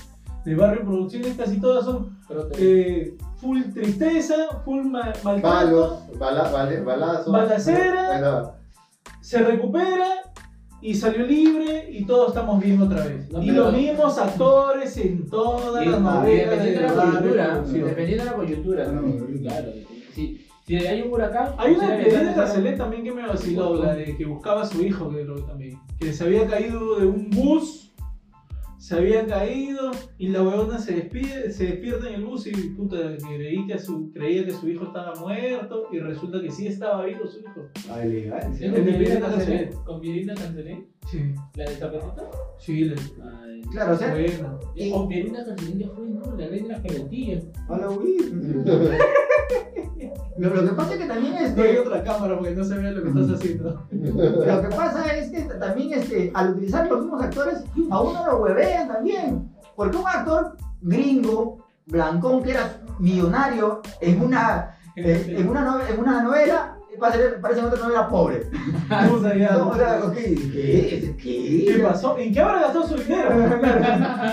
S1: de Barrio Producciones, casi todas son
S2: Pero te-
S1: eh, full tristeza, full ma- maltrato,
S5: Palos, bala, vale, balazos.
S1: Balacera.
S5: Ahí está.
S1: se recupera y salió libre y todos estamos bien otra vez.
S2: No,
S1: y
S2: pero-
S1: los mismos actores en todas
S2: Sí,
S1: las novelas
S2: Dependiendo
S1: de
S2: de la
S1: Barrio
S2: coyuntura.
S1: Producciones.
S2: Dependiendo de la coyuntura. Claro. Si, si hay un huracán.
S1: Hay una
S2: posiblemente
S1: que de
S2: no
S1: Carcelet también que me vaciló, la de que buscaba a su hijo, creo que también. Que se había caído de un bus, se había caído y la huevona se despide, se despierta en el bus y puta, creí que su, creía que su hijo estaba muerto y resulta que sí estaba vivo su hijo.
S4: La elegancia.
S2: ¿Es
S1: En
S2: con
S1: el
S2: Pierina
S1: Pirata
S2: Cancelé?
S1: Cancelé.
S2: ¿Con Pierina Cancelé?
S1: Sí,
S2: ¿La del zapatito?
S1: sí, la
S2: Ay.
S4: Claro, o sea,
S1: buena.
S4: Y-
S2: Con Pierina Cancelé ya fue, ¿no? La ley de las genetillas.
S4: hola, Will. Lo, lo que pasa es que también
S1: No hay
S4: este,
S1: otra cámara porque no se ve lo que estás haciendo.
S4: lo que pasa es que t- también este, al utilizar los mismos actores, a uno lo huevean también. Porque un actor gringo, blancón, que era millonario en una Eh, en, una nove- en una novela parece, parece otra novela pobre.
S1: Puta, ya.
S4: No, o sea, ok, ¿qué?
S1: ¿Qué
S4: ¿Qué?
S1: pasó? ¿En qué habrá gastado su dinero?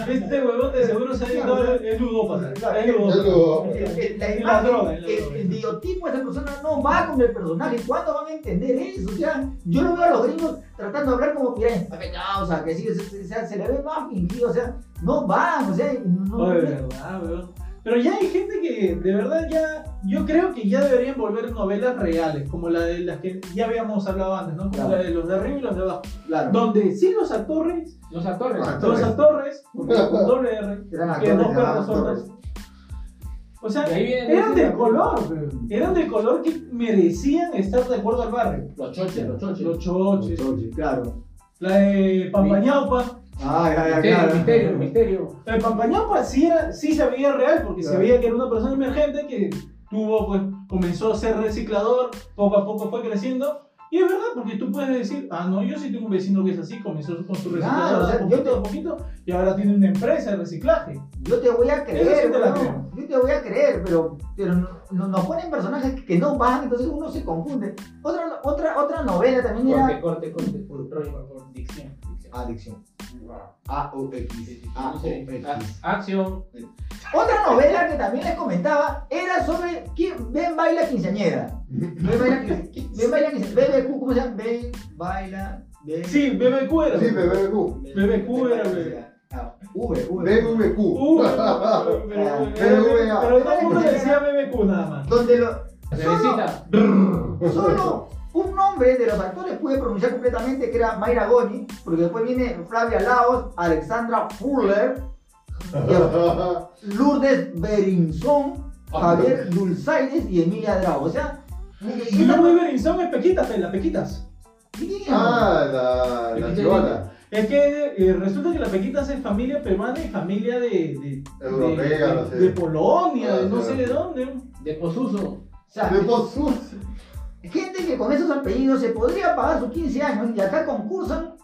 S1: este huevón de seguro se ha dedicado el ludópata. El ludópata.
S5: Algo-
S4: La
S1: En la
S4: imagen,
S1: droga, en la
S4: el,
S1: droga.
S4: el biotipo de esa persona no va con el personaje. ¿Cuándo van a entender eso? O sea, yo no veo a los gringos tratando de hablar como pirañas. O sea, que sí, o sea, se le ve más fingido. O sea, no van. O sea, no, no-
S1: Oye, verdad, weón. Pero ya hay gente que de verdad ya, yo creo que ya deberían volver novelas reales, como la de las que ya habíamos hablado antes, ¿no? Como
S4: Claro.
S1: la de los de arriba y los de abajo.
S4: claro.
S1: Donde sí los actores,
S2: Los actores.
S5: Ah,
S1: los
S5: Torres.
S1: actores, porque con doble R,
S4: Eran
S1: que
S4: actores,
S1: no
S4: eran
S1: perros
S4: actores.
S1: sordas. O sea,
S2: De ahí viene
S1: eran
S2: ese-
S1: del color, weón. eran del color que merecían estar de acuerdo al barrio.
S2: Los choches, los choches.
S1: Los choches,
S4: Entonces, Claro.
S1: la de Pampañaupa.
S4: Ay, ay, ay,
S2: Misterio,
S4: Ah, claro.
S2: misterio, misterio.
S1: La de Pampañaupa sí, era, sí se veía real, porque se
S4: Claro.
S1: veía que era una persona emergente que tuvo, pues, comenzó a ser reciclador, poco a poco fue creciendo. Y es verdad, porque tú puedes decir, ah, no, yo sí tengo un vecino que es así, comenzó con su reciclaje
S4: Claro, o sea,
S1: a
S4: yo
S1: poquito
S4: te-
S1: a poquito, y ahora tiene una empresa de reciclaje.
S4: Yo te voy a
S1: Eso sí
S4: creer,
S1: te la
S4: weón.
S1: creo.
S4: yo te voy a creer, pero, pero no- no- nos ponen personajes que no van, entonces uno se confunde. Otra, otra, otra novela también
S2: Corte,
S4: era...
S2: corte, corte. Por próximo, por dicción.
S4: Ah,
S2: dicción.
S4: Adicción. A-O-X.
S1: Ah.
S4: A-O-X.
S2: A- Ah, Acción.
S4: Otra novela que también les comentaba era sobre quién Ben baila quinceañera. Ben baila quinceañera. Ben baila quinceañera. BBQ, ¿cómo se llama? Ben baila... Ben-
S1: Sí, BBQ era.
S5: Sí, BBQ.
S1: BBQ era, weón.
S4: Ah, V, V.
S5: BBQ.
S1: Uh, pero- pero-
S5: BBVA.
S1: Pero todo el mundo decía BBQ nada más.
S4: Donde lo... Solo-
S2: Bebecita.
S4: Solo un nombre de los actores pude pronunciar completamente que era Mayra Goni, porque después viene Flavia Laos, Alexandra Fuller, Lourdes Berinson, Javier Dulzaides y Emilia Drago. O sea,
S1: Y no muy bien, son las pequitas, pe, las pequitas.
S4: ¿quién es?
S5: Ah, la, la chivata.
S1: Es que eh, resulta que las pequitas es familia peruana y familia de. de
S5: Europea,
S1: de-
S5: no sé.
S1: de Polonia, de
S5: Ah,
S1: no
S5: sí.
S1: sé de dónde.
S2: De posuso.
S4: O sea,
S5: De Pozus.
S4: gente que con esos apellidos se podría pagar sus 15 años y acá concursan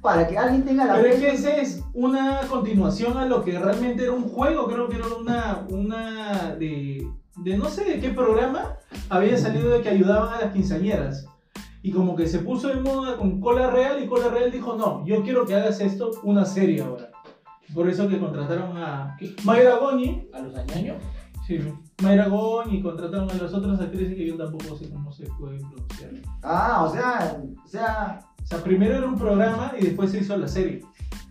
S4: para que alguien tenga la
S1: Pero es que ese es una continuación a lo que realmente era un juego, creo que era una. una de, de no sé de qué programa había salido de que ayudaban a las quinceañeras. Y como que se puso de moda con Cola Real y Cola Real dijo, no, yo quiero que hagas esto una serie ahora. Por eso que contrataron a
S2: ¿Qué?
S1: Mayra Goñi.
S2: A los añaños.
S1: Sí, Mayra Goñi, contrataron a las otras actrices que yo tampoco sé cómo se puede pronunciar.
S4: Ah, o sea, o sea...
S1: O sea, primero era un programa y después se hizo la serie.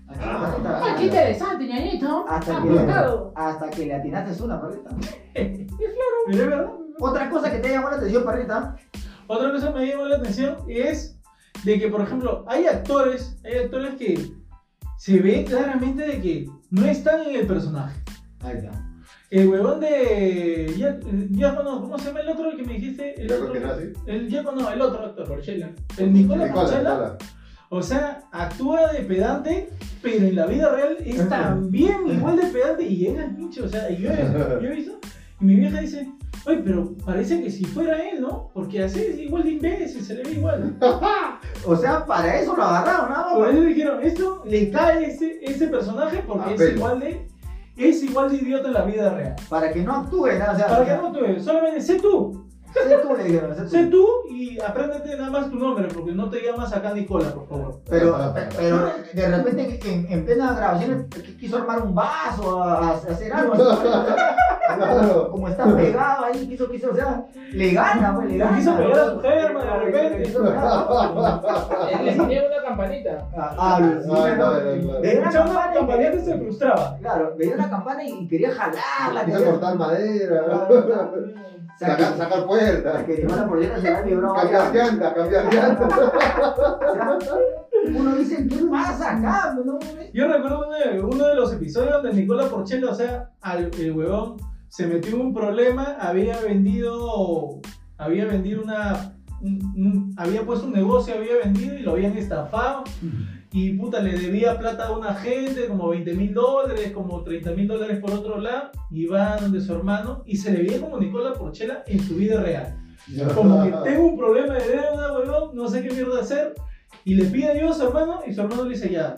S4: Hasta,
S6: Ah, qué interesante, ñañito.
S2: Ah,
S6: Ah,
S4: hasta que,
S6: Apuntado.
S4: hasta que le atinaste una, paleta.
S1: Pero es verdad.
S4: Otra cosa que te llamó la atención, perrita.
S1: Otra cosa que me llamó la atención es de que, por ejemplo, hay actores, hay actores que se ve claramente de que no están en el personaje.
S4: Ahí está.
S1: El huevón de... Ya, ya no, ¿cómo se llama el otro que me dijiste? El
S5: Ya
S1: otro-
S5: con que nace.
S1: El Diego no, el otro actor.
S2: Porchela.
S1: El Nicola
S5: Nicola,
S1: Porchela.
S5: Nicola.
S1: O sea, actúa de pedante, pero en la vida real es también igual de pedante y llega el pinche. O sea, y yo, yo he visto, y mi vieja dice, oye, pero parece que si fuera él, ¿no? Porque así es igual de imbécil, se le ve igual. Ah,
S4: O sea, para eso lo agarraron, nada
S1: Por
S4: más.
S1: eso dijeron, esto le cae ese, ese personaje porque
S5: A
S1: es
S5: pelo.
S1: igual de. Es igual de idiota en la vida real.
S4: Para que no actúen, ¿no? o sea,
S1: Para que no tú, solamente sé tú,
S4: sé tú le dijeron, sé tú.
S1: sé tú y apréndete nada más tu nombre, porque no te llamas acá Nicola, por favor.
S4: Pero, pero de repente en, en plena grabación qu- quiso armar un vaso, a, a hacer algo. así, como- Como está pegado ahí, quiso, quiso, o sea, le gana, pues, le
S1: Le
S4: gana.
S1: quiso pegar a su germa de repente.
S4: Quiso pegar.
S2: Eh, Le tenía una campanita.
S4: Ah, alucina,
S5: Ay, no, no,
S4: ¿no?
S5: no.
S4: Veía una
S1: Escuchando
S4: campana
S1: la
S4: y
S1: campanita
S4: quería-
S1: se frustraba.
S4: Claro, veía una campana y quería jalarla.
S5: Empieza a
S4: quería-
S5: cortar madera. Sacar,
S4: Sacar
S5: sacar puertas.
S4: que la pollera se la libró.
S5: Cambiar llantas, cambiar llantas.
S4: Uno dice, ¿qué pasa acá? pues, No, hombre?
S1: Yo recuerdo uno de, uno de los episodios donde Nicola Porchela, o sea, al, el huevón se metió en un problema, había vendido, había vendido una, un- un- había puesto un negocio, había vendido y lo habían estafado. Y puta, le debía plata a una gente, como 20 mil dólares, como 30 mil dólares por otro lado, y va donde su hermano, y se le veía como Nicola Porchela en su vida real. Como que tengo un problema de deuda, huevón, no sé qué mierda hacer. Y le pide ayuda a su hermano y su hermano le dice ya,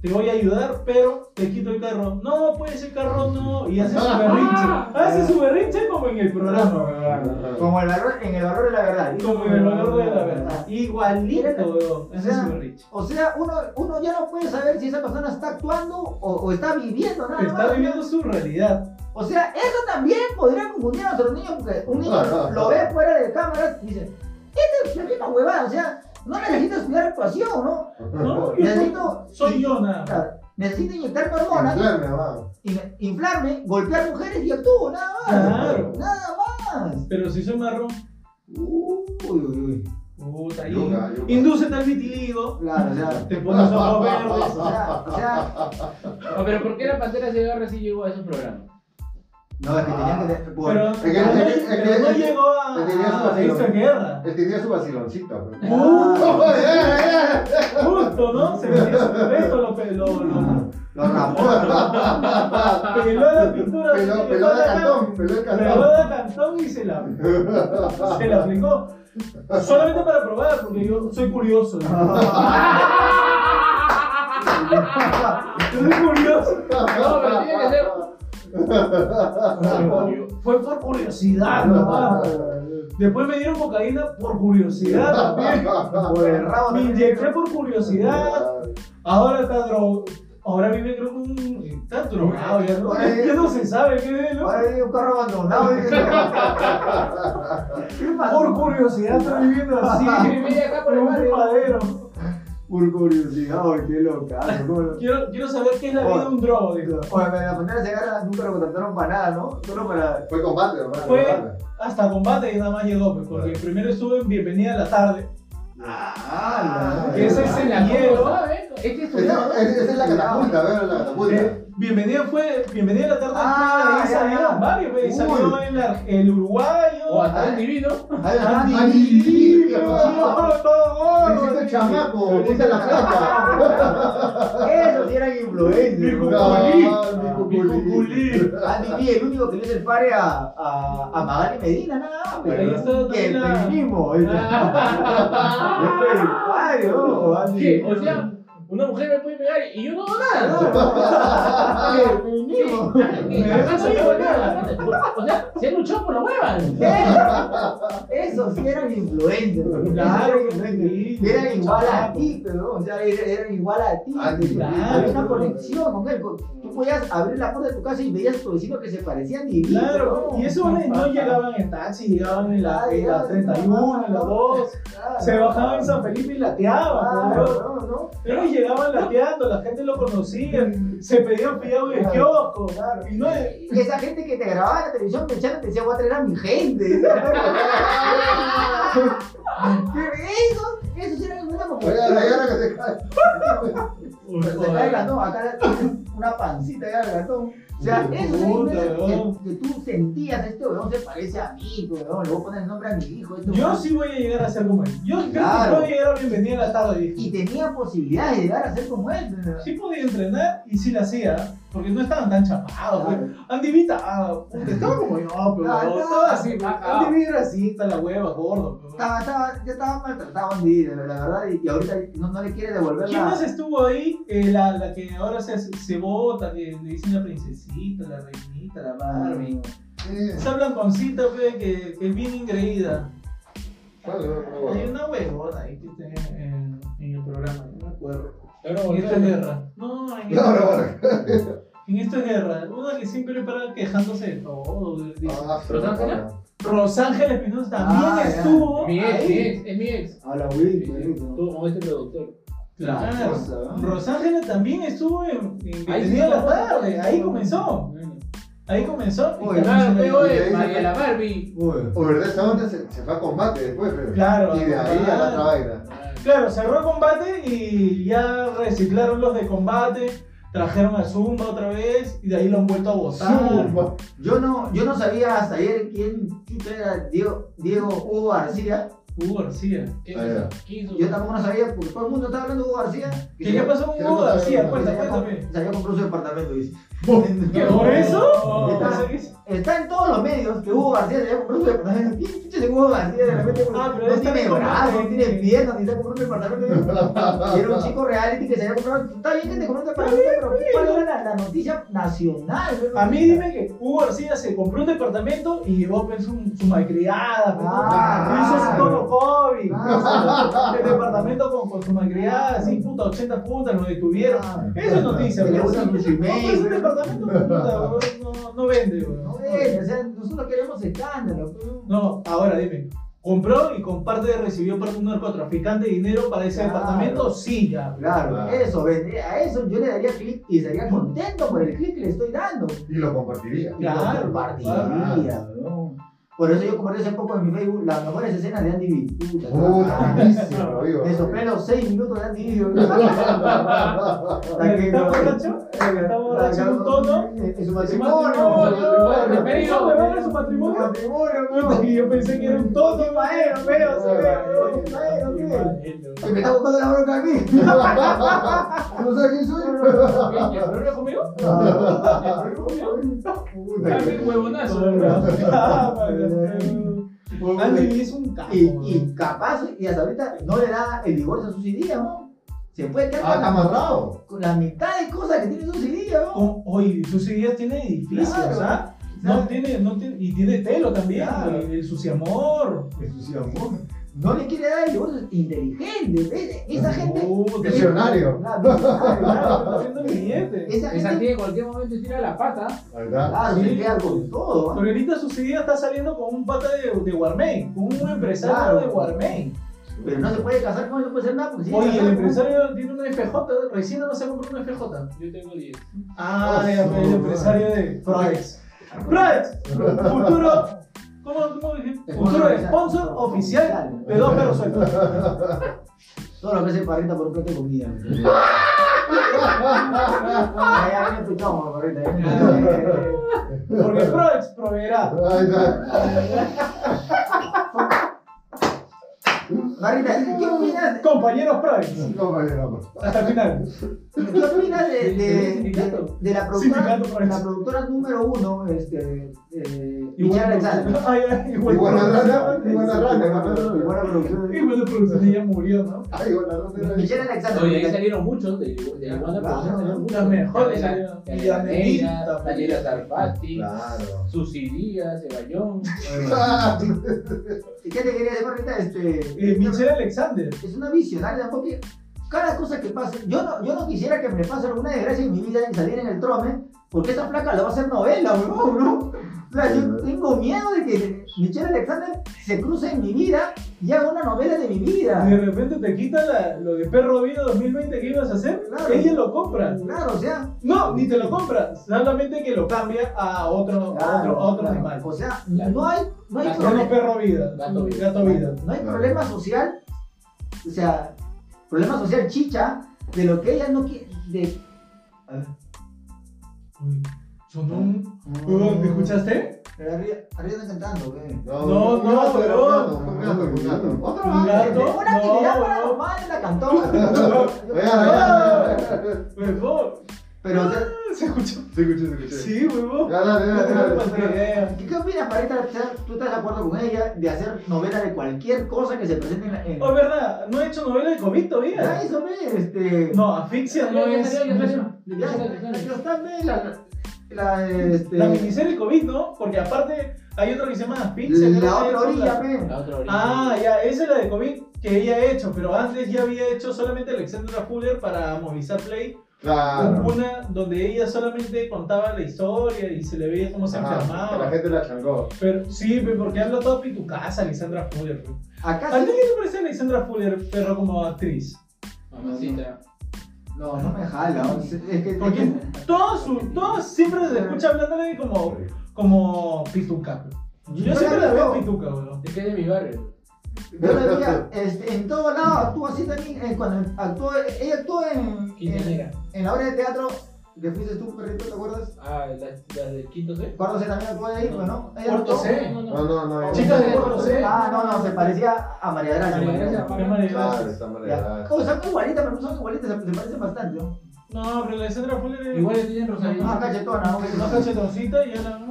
S1: te voy a ayudar, pero te quito el carro. No, pues el carro no. Y hace su
S2: Ah.
S1: berrinche. Hace su berrinche como en el programa, weón.
S4: Como el valor, en el valor de la verdad.
S1: Como en el valor de la verdad. Igualito, weón. Hace
S4: Ajá.
S1: su berrinche.
S4: O sea, uno, uno ya no puede saber si esa persona está actuando o, o está viviendo nada
S1: Está
S4: más.
S1: viviendo su realidad.
S4: O sea, eso también podría confundir a nuestros niños, porque un niño
S5: Ajá.
S4: lo ve fuera de cámaras y dice, esta es la misma huevada, o sea, no necesito estudiar actuación, ¿no?
S1: No, yo
S4: Necesito,
S1: soy yo nada.
S4: claro, necesito inyectarme hormonas,
S5: Inflarme, va.
S4: in- inflarme, golpear mujeres y actúo, nada más.
S1: Claro.
S4: Nada más.
S1: Pero si soy marrón,
S4: Uy, uy, uy.
S1: puta, ahí.
S5: Yuca, yuca.
S1: Induce tal vitiligo.
S4: Claro, o sea,
S1: Te pones ojos
S4: o
S1: verdes.
S4: sea, o sea,
S2: Ah, pero ¿por qué la pantera se agarra si llegó a esos programas?
S4: no, es que tenían que ser-
S1: Pero,
S5: Es que-
S1: pero no-
S5: es que- es que-
S1: pero no
S5: es que-
S1: llegó a,
S5: es que tenía su
S1: a
S5: vacilón.
S1: esta guerra.
S5: Él tenía su vaciloncito. pues.
S4: Ah,
S1: Justo, ¿no? Se metió su peto, lo peló. Lo
S4: los Ramones.
S1: peló la pintura.
S5: Peló,
S1: se
S5: peló de
S1: la
S5: cantón, peló de
S1: can- Peló
S5: cantón.
S1: la cantón y se la, se la aplicó. Solamente para probar, porque yo soy curioso. ¿no? Yo soy curioso.
S2: No, pero tiene que ser.
S1: Fue por curiosidad, nomás. Después me dieron cocaína por curiosidad también.
S4: Por el rabo
S1: Me
S4: también.
S1: inyecté por curiosidad. Ahora está drogado. Ahora vive creo que un... Está drogado ya, ¿no?
S4: Ahora vive-
S1: Ya no se sabe qué es, ¿no?
S4: Ahora hay un carro abandonado. dice. ¿Qué pasó?
S1: Por curiosidad está viviendo así.
S2: Sí, vive acá por el
S1: en un
S2: barrio.
S1: madero.
S4: Por curiosidad, oye, qué loca. ¿cómo lo-
S1: Quiero, quiero saber qué es la vida de un drogo, dijo.
S4: Oye, pero la pantera se agarra, nunca lo contrataron para nada, ¿no? Solo para.
S5: Fue combate, hermano.
S1: Fue-
S5: combate.
S1: Hasta combate y nada más llegó, pues, porque primero estuve en Bienvenida a la Tarde.
S4: ¡Ah!
S1: Que ese es el hielo.
S2: ¿sabes? Este Es que
S5: Esa esa- esa es la catapulta, ¿verdad? La catapulta.
S1: Eh, bienvenida fue, bienvenida a la tarde.
S4: Ah,
S1: ahí
S4: ya,
S1: salieron
S4: ya.
S1: varios, pues, ahí salió
S5: Uy.
S1: el, ar- el uruguayo.
S2: O hasta el divino.
S5: Ay,
S1: Andy,
S5: Andy, Andy,
S1: no, todo gordo,
S5: Luisito
S1: Ah, sí. Ah,
S5: Chamaco, quita la plata.
S4: Eso sí eran influencers.
S1: Dijo,
S4: ¿no?
S1: Cuculí.
S4: Andy B, el único que le hizo el pare a, a, a Magali Medina, nada más. pero-
S1: Ahí está Ah.
S4: Que el
S1: también la-
S4: feminismo. ¿viste?
S2: Ah.
S4: Fue el pare, ¿no? Andy
S2: ¿Qué?
S4: B.
S2: O sea, una mujer me puede pegar y yo no hago nada.
S5: Ah,
S1: Ah,
S4: Claro. El feminismo.
S2: ¿Qué? Acá no digo nada. O sea, se luchó por la hueva.
S4: Eso sí eran influencers. ¿no?
S1: Claro,
S4: Eran influencers. Eran igual a ti, pero o sea, era- eran igual a ti.
S5: Ah,
S1: claro.
S4: Había una conexión con él. con- Tú podías abrir la puerta de tu casa y veías a tu vecino que se parecían divinos.
S1: Claro,
S4: ¿no?
S1: y esos no, no llegaban en taxi, llegaban en la, en la 31, en la 2,
S4: Claro.
S1: se bajaban en San Felipe y lateaban.
S4: Claro,
S1: ¿no?
S4: no, no.
S1: Ellos llegaban lateando, la gente lo conocía, se pedían pillado en el kiosco.
S4: Claro.
S1: Y no es-
S4: Y esa gente que te grababa en la televisión pensando te decía, voy a traer a mi gente. Pero esos, esos eran una como.
S5: Oye, la gana que se cae.
S4: Pero se cae Pues el gatón, acá tienes una pancita acá el gatón. O sea,
S1: Puta,
S4: eso es
S1: weón.
S4: que, que tú sentías, este weón se parece a mí, weón, le voy a poner el nombre a mi hijo. Este
S1: Yo
S4: weón.
S1: sí voy a llegar a ser como él. Yo creo
S4: Claro.
S1: que voy a llegar a bienvenida a la tarde, dije.
S4: Y tenía posibilidad de llegar a ser como él. weón.
S1: Sí podía entrenar y sí la hacía, porque no estaban tan chapados. pues.
S4: Claro.
S1: Andy Vita, ah, puta, estaba como yo, pero
S4: Ah,
S1: no,
S4: no.
S1: estaba así. pues.
S2: Ah.
S1: Andy Vita era así, está la hueva, gordo. pues.
S4: Estaba, estaba, ya estaba maltratado Andy, la la verdad, y, y ahorita no, no le quiere devolver
S1: ¿Quién más
S4: la...
S1: estuvo ahí? Eh, la, la que ahora se, se bota, que le dicen la princesita, la reinita, la Barbie.
S5: Sí.
S1: Esa blanconcita, pe, pues, que, que es bien ingreída.
S5: Vale, vale,
S1: Hay
S5: vale.
S1: una huevona ahí que está en, en- en el programa, no me acuerdo.
S2: Ahora
S1: En esta
S2: volvemos.
S1: guerra. No, en
S5: No,
S1: esta
S5: no, vale.
S1: En esta guerra, una que siempre para quejándose de todo. de- de-
S5: Ah,
S2: ¿Rosángela?
S1: Rosángel Espinosa también
S4: Ah, ya.
S1: estuvo.
S2: Mi ex,
S1: ahí.
S2: mi ex, es mi ex.
S4: A la
S2: Sí,
S4: Will,
S2: sí, Estuvo con este productor.
S1: Claro. Rosángela también estuvo en, en
S2: Ahí
S1: Bienvenida a la
S2: sí,
S1: tarde.
S2: no.
S1: Ahí comenzó. Ahí comenzó.
S4: Uy,
S1: Y también
S2: Ah,
S1: se
S2: luego
S1: le-
S2: de María la Barbie.
S5: O verdad, esa onda se, se fue a combate después, pero.
S1: Claro,
S5: Y de ahí a la
S1: claro.
S5: otra vaina.
S1: Claro, cerró el combate y ya reciclaron los de combate. Trajeron a Zumba otra vez y de ahí lo han vuelto a botar.
S5: Zumba.
S4: Yo no, yo no sabía hasta ayer quién chucha era Diego, Diego Hugo García.
S1: Hugo García.
S2: ¿Qué
S5: Ah,
S2: hizo? ¿Qué hizo?
S4: Yo tampoco no sabía, porque todo el mundo estaba hablando de Hugo García. que
S1: ¿Qué,
S4: se-
S1: qué pasó
S5: ¿Qué
S1: con
S5: le
S1: Hugo
S5: pasó a
S1: García?
S5: Hugo?
S4: que se
S1: Cuenta,
S4: había comp-
S1: cuéntame.
S4: Se había comprado su departamento, dice.
S1: ¿Que por eso? Ah,
S4: Está-
S1: Pensé que sí.
S4: Está en todos los medios que Hugo García se había comprado su departamento. ¿Quién pinche se Hugo García de repente?
S1: Ah, pero
S4: no
S1: está
S4: tiene
S1: bien
S4: brazos,
S1: comprado.
S4: no tiene piernas, ni se ha comprado un departamento. Y era un chico reality que se había comprado. Está bien que te compró un departamento, pero ¿cuál era la, la noticia nacional? güey?
S1: A mí dime que Hugo García se compró un departamento y llevó pues, su, su malcriada. pues,
S4: Ah,
S1: ¿no? hizo su
S4: claro.
S1: tono COVID.
S4: Ah,
S1: El departamento con, con su malcriada, así puta, 80 putas, lo detuvieron.
S4: Ah,
S1: Eso es noticia,
S4: Que le
S1: pero
S4: gustan
S1: sí. No, pues
S4: los
S1: un
S4: emails.
S1: departamento puta, weón, no, no vende, weón.
S4: No, güey, o sea, nosotros queremos escándalos. güey.
S1: No, ahora dime. ¿Compró y con parte recibió parte de un narcotraficante dinero para ese
S4: Claro.
S1: departamento? Sí, ya.
S4: Claro,
S5: Ah.
S4: eso, vende- a eso yo le daría clic y estaría contento por el clic que le estoy dando.
S5: Y lo compartiría.
S1: Claro,
S4: Lo compartiría,
S5: claro.
S4: weón. Por eso yo compartí hace poco en mi Facebook las mejores escenas de Andy B. Puta,
S5: Puta,
S4: ah,
S5: buenísimo, vivo.
S4: me soplaron 6 minutos de Andy B. weón. Hasta que-
S1: ¿Está borracho? ¿Está borracho en un tono?
S4: En su
S1: No,
S4: matrimonio.
S1: no, no,
S2: Bienvenido.
S1: eso me van a su
S4: En su
S1: matrimonio.
S4: matrimonio,
S1: Puta, que yo pensé que era un todo maero, feo, se
S4: Maero,
S1: ve.
S4: maero,
S1: weón.
S4: maero. Que me está buscando la bronca a mí.
S5: ¿No sabes quién soy?
S2: ¿Y el problema conmigo?
S5: Puta,
S2: Cambio el huevonazo.
S1: Andy es un capo.
S4: Y,
S1: weón.
S4: y capaz, y hasta ahorita no le da el divorcio a Susy Díaz, ¿no? Se puede quedar
S5: Ah,
S4: con,
S5: está
S4: la,
S5: amarrado.
S4: con la mitad de cosas que tiene Susy Díaz, ¿no?
S1: Con- Oh, Oye, sus ideas tiene edificios,
S4: Claro.
S1: ¿ah? No tiene, no tiene, y tiene telo también,
S4: Claro.
S1: el, el suciamor.
S4: No le quiere dar el divorcio inteligente. ¿ves? Esa gente.
S1: Puta,
S5: Ese- Visionario.
S4: La visionaria,
S1: claro, está haciendo billete.
S4: Esa
S2: El
S4: gente.
S2: Santi en cualquier momento tira la pata.
S5: Ahí está.
S4: Claro, se queda con todo. ¿ah?
S1: Pero ahorita su idea está saliendo con un pata de, de Warmain, con un empresario
S4: Claro.
S1: de Warmain.
S4: Pero no se puede casar con él, no puede hacer nada. Porque sigue
S1: Oye, el
S4: casado, ¿no?
S1: empresario tiene una FJ, recién no se compró una FJ.
S2: Yo tengo 10.
S4: Oh,
S1: Ah,
S5: Ah,
S1: ya,
S5: su
S1: el
S5: madre.
S1: empresario de Proex. Proex, futuro, ¿cómo, cómo dije? Futuro sponsor oficial de dos perros sueltos.
S4: Todo lo que hace parrita por un plato de comida. ¿no? Ah, ya viene tu chamo, parrita. ya viene tu chamo.
S1: Porque Proex proveerá.
S5: Ahí está.
S4: Parrita, ¿qué opinas?
S1: Compañeros Proex,
S5: Compañero.
S1: hasta el final.
S4: ¿Qué opinas de, de, de,
S2: Sindicato.
S4: de la productora,
S1: Sindicato, pues.
S4: la productora número uno, este, eh,
S1: Y bueno,
S4: Michelle Alexander?
S1: ay, ay, y bueno, producción.
S5: Y bueno, Y buena rana, y buena rana.
S4: Y buena producción.
S1: Y pues, bueno, producción, ya murió, ¿no?
S5: Ay, bueno, no te la
S4: Michelle Alexander.
S2: Oye, ahí salieron muchos de, de la banda,
S4: Claro,
S2: pero salieron
S1: Las
S2: muchos.
S1: mejores.
S2: Daniela-
S1: Y la
S2: Daniela Neira, Daniela
S1: Neira.
S2: Zarpati,
S5: Claro.
S2: Susi Díaz, Cebayón.
S5: Ah,
S4: ¿Y ¿Qué te quería decir, Rita? Este,
S1: Eh, Michelle Alexander.
S4: es una visionaria porque cada cosa que pase, yo no, yo no quisiera que me pase alguna desgracia en mi vida y salir en el trome, porque esa placa la va a hacer novela, weón, ¿no? O sea, yo tengo miedo de que Michelle Alexander se cruce en mi vida y haga una novela de mi vida.
S1: De repente te quita la- lo de perro vivo 2020 que ibas a hacer.
S4: Claro.
S1: Ella lo compra.
S4: Claro, o sea,
S1: No, ni te lo compra. Solamente que lo cambia a otro, a otro,
S4: claro,
S1: a otro
S4: claro.
S1: animal.
S4: O sea,
S2: Claro.
S4: no hay, no hay
S2: Las
S1: Ya no
S4: problema.
S1: perro vida.
S2: Gato vida.
S1: Gato vida.
S4: No hay
S5: Claro.
S4: problema social, o sea, problema social chicha de lo que ella no quiere. De...
S1: Uy, Sonó un. Huevón, ¿Me escuchaste?
S4: Arriba, arriba están cantando, güey.
S1: No,
S5: un gato,
S1: no, pero-
S5: un gato, un gato, un gato. Otro
S1: Un
S5: gato.
S1: gato.
S4: Una actividad
S1: No,
S4: paranormal en la cantona.
S5: Venga, venga, venga.
S1: Huevón.
S4: Pero, o sea,
S1: Se escuchó.
S5: Sí, escuché, sí, escuché.
S1: Sí, huevón.
S5: Ya, dale, dale, dale.
S1: Pero
S4: ¿qué, qué opinas, Parita? O sea, ¿Tú estás de acuerdo con ella de hacer novela de cualquier cosa que se presente en la. En...
S1: Oh, Es verdad, no he hecho novela de COVID
S4: Ya,
S1: todavía.
S4: eso, ve, este.
S1: No, asfixia no
S2: Ya
S1: es.
S2: salió, ya
S1: no es-
S2: salió. De
S4: Ya,
S2: Michelle Alexander.
S4: pero está, ve, la. La, este,
S1: La miniserie COVID, ¿no? Porque aparte hay otra que se llama Asfixia. que no
S4: la
S1: sé,
S4: otra
S1: otra.
S4: orilla, ve.
S2: La otra orilla.
S1: Ah, ya, esa es la de COVID que ella ha hecho, pero antes ya había hecho solamente Alexandra Fuller para Movistar Play,
S5: Claro.
S1: una donde ella solamente contaba la historia y se le veía cómo se
S5: Ah, que
S1: enfermaba.
S5: La gente la chancó.
S1: Pero sí, pero porque habla todo y tu casa, Alexandra Fuller. güey. ¿A
S4: Acá
S1: ti qué
S4: Ah, sí.
S1: te parece Alexandra Fuller, perro, como actriz?
S2: Mamacita.
S4: No, no me jala. o sea, Es que.
S1: Porque todo su, todo siempre
S4: Ah.
S1: se escucha hablándole como, como pituca. güey. Yo siempre la veo pituca, weón.
S2: Es que es de mi barrio.
S4: Yo la veía este, en todo lado, actúa así también. eh, cuando actuó, ella actuó en, en,
S2: Quinceañera.
S4: en la obra de teatro que fuiste tú, perrito, ¿te acuerdas?
S2: Ah, las, las del quinto C.
S4: Cuarto C también actuó ahí, pues, ¿no? Ella
S1: Cuarto
S4: actuó.
S1: C.
S2: No, no,
S5: No,
S2: no.
S5: no, no.
S1: Chicas de cuarto C.
S4: Ah, no, no, se parecía a María Gracia.
S2: María Gracia.
S1: Qué maravilloso.
S5: Claro, está mal
S4: Ya.
S5: heredada.
S4: Oh, son igualitas, pero no son igualitas, se, se parecen bastante, ¿no?
S1: No, pero la de Sandra Fuller es
S2: Igual tienen Rosalía.
S4: Más cachetona, ¿no?
S1: más cachetoncita y Ana.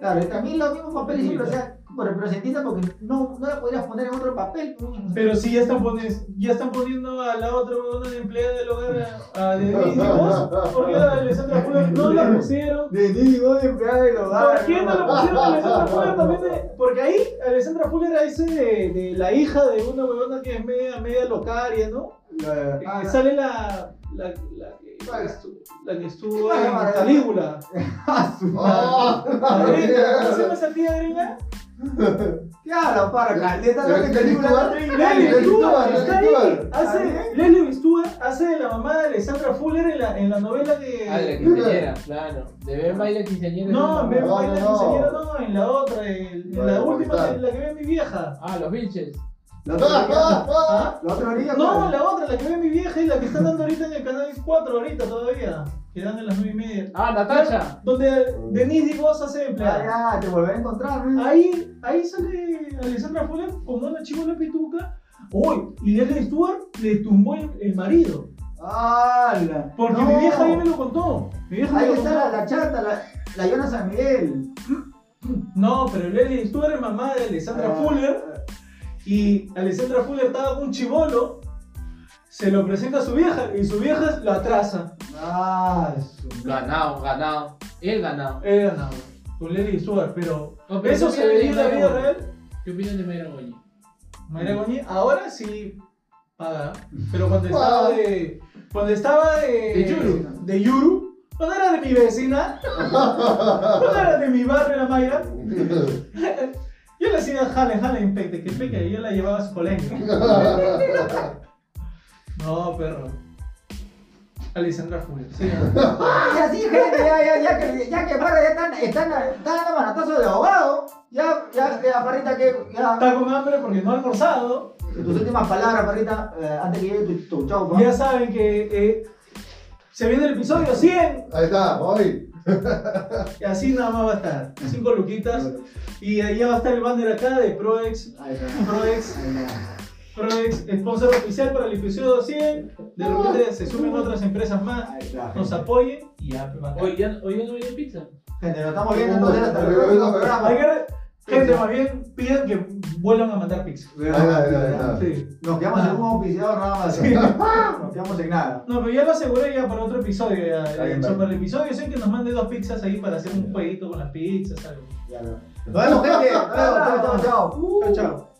S4: Claro, y también los mismos papeles siempre, o sea, pero, pero se entiende porque no, no la podrías poner en otro papel. ¿no?
S1: Pero sí, ya están, poniendo, ya están poniendo a la otra huevona de empleada del hogar a, a de
S5: No,
S1: Disney
S5: no,
S1: Plus.
S5: no, no,
S1: ¿Por qué
S5: no.
S1: la de Sandra Fuller no la pusieron?
S4: De Digo, de empleada del hogar.
S1: ¿Por qué no la pusieron a Alessandra Fuller también? de- porque ahí Alessandra Fuller es eh, de, la hija de una huevona que es media, media locaria, ¿no?
S4: Ya,
S1: Eh,
S4: ya.
S1: sale la, la, la, que- la que estuvo, la que estuvo
S4: Vale,
S1: en
S4: vale.
S1: Calígula.
S4: Ah, su madre.
S5: Ah,
S1: La gringa, ¿Cómo se llama esa tía gringa?
S4: Claro, para caleta la
S5: Pero
S4: película.
S5: Cristóbal,
S1: Leslie Stewart,
S5: Leslie Stewart,
S1: está
S5: Leslie
S1: ahí.
S5: Stewart.
S1: Hace, Leslie Stewart hace de la mamá de Alessandra Fuller en la, en la novela de...
S2: Ah, de la quinceañera, claro. De ver baile quinceañera.
S1: No, me
S5: No,
S1: voy
S5: no,
S1: la
S5: no.
S1: quinceañera, no, en la otra, en, en
S5: Vale,
S1: la última,
S5: ahorita.
S1: en la que ve mi vieja.
S2: Ah, los bitches.
S4: La otra orilla.
S5: ah, ah,
S4: La otra orilla.
S1: No,
S4: ¿cuál?
S1: la otra, la que ve mi vieja y la que está dando ahorita en el canal 4 ahorita todavía, quedando en las 9 y media.
S2: Ah, Natasha.
S1: Donde Denise DeVos hace de empleada.
S4: Ah, ya, te volveré a encontrar, ¿no?
S1: Ahí, ahí sale Alessandra Fuller como una chivola pituca. Uy, y Leslie Stewart le tumbó el, el marido.
S4: ¡Hala!
S1: Porque
S4: No.
S1: mi vieja ahí me lo contó. Mi vieja me
S4: Ahí
S1: lo
S4: está
S1: contó.
S4: la, la chata, la, la Yona San Miguel.
S1: No, pero Leslie Stewart es mamá de Alessandra
S4: Ah.
S1: Fuller. y Alessandra Fuller estaba con un chivolo, se lo presenta a su vieja y su vieja lo atrasa.
S4: Ah, su
S2: Ganado, ganado. El ganado.
S1: Era nada, Eh, con Lely Stewart, pero
S2: No, pero
S1: eso
S2: ¿qué
S1: se
S2: opinas de
S1: veía en la vida
S2: Mayra Goñi? Mm.
S1: real.
S2: ¿Qué opinas de Mayra Goñi?
S1: Mayra Goñi, ahora sí paga, pero cuando estaba de. Cuando estaba de.
S2: De Yuru.
S1: de Yuru, cuando era de mi vecina, cuando era de mi barrio, la Mayra, yo le hacía jale, jale, impecte, que peque, yo la llevaba a su colegio. No, perro. Alessandra Fuller, sí.
S4: Y así, gente, ya, ya, ya, que, ya que Barra ya están, están, están dando manotazos de ahogado. Ya, ya, ya, Parrita, que. Ya,
S1: Está con hambre porque no ha almorzado.
S4: tus últimas palabras, Parrita, eh, antes que llegue tu, tu chaufa.
S1: Ya saben que eh, se viene el episodio 100.
S5: Ahí está, voy.
S1: Y así nada más va a estar. Cinco luquitas. Y ahí ya va a estar el banner acá de Proex.
S4: Ahí está.
S1: Proex.
S4: Ahí está.
S1: Proex, sponsor oficial para el episodio 100. De repente se sumen otras empresas más.
S4: Ahí está.
S1: Nos apoyen. Y ya, pues, bacán.
S2: Hoy ya, hoy ya no viene pizza.
S4: Gente, nos estamos viendo entonces hasta el próximo programa.
S1: Hay que re- Gente, más bien pidan que vuelvan a mandar pizza. Sí.
S4: Nos quedamos en un auspiciador nada más. Nos quedamos en nada.
S1: No, pero ya lo aseguré ya para otro episodio. Ya,
S5: Está bien,
S1: ya,
S5: vale.
S1: para el episodio 100 que nos mande dos pizzas ahí para hacer un jueguito con las pizzas. Algo.
S4: Ya no. Nos vemos, gente. Nos vemos. Chao, chao, chao.
S1: Chao, chao.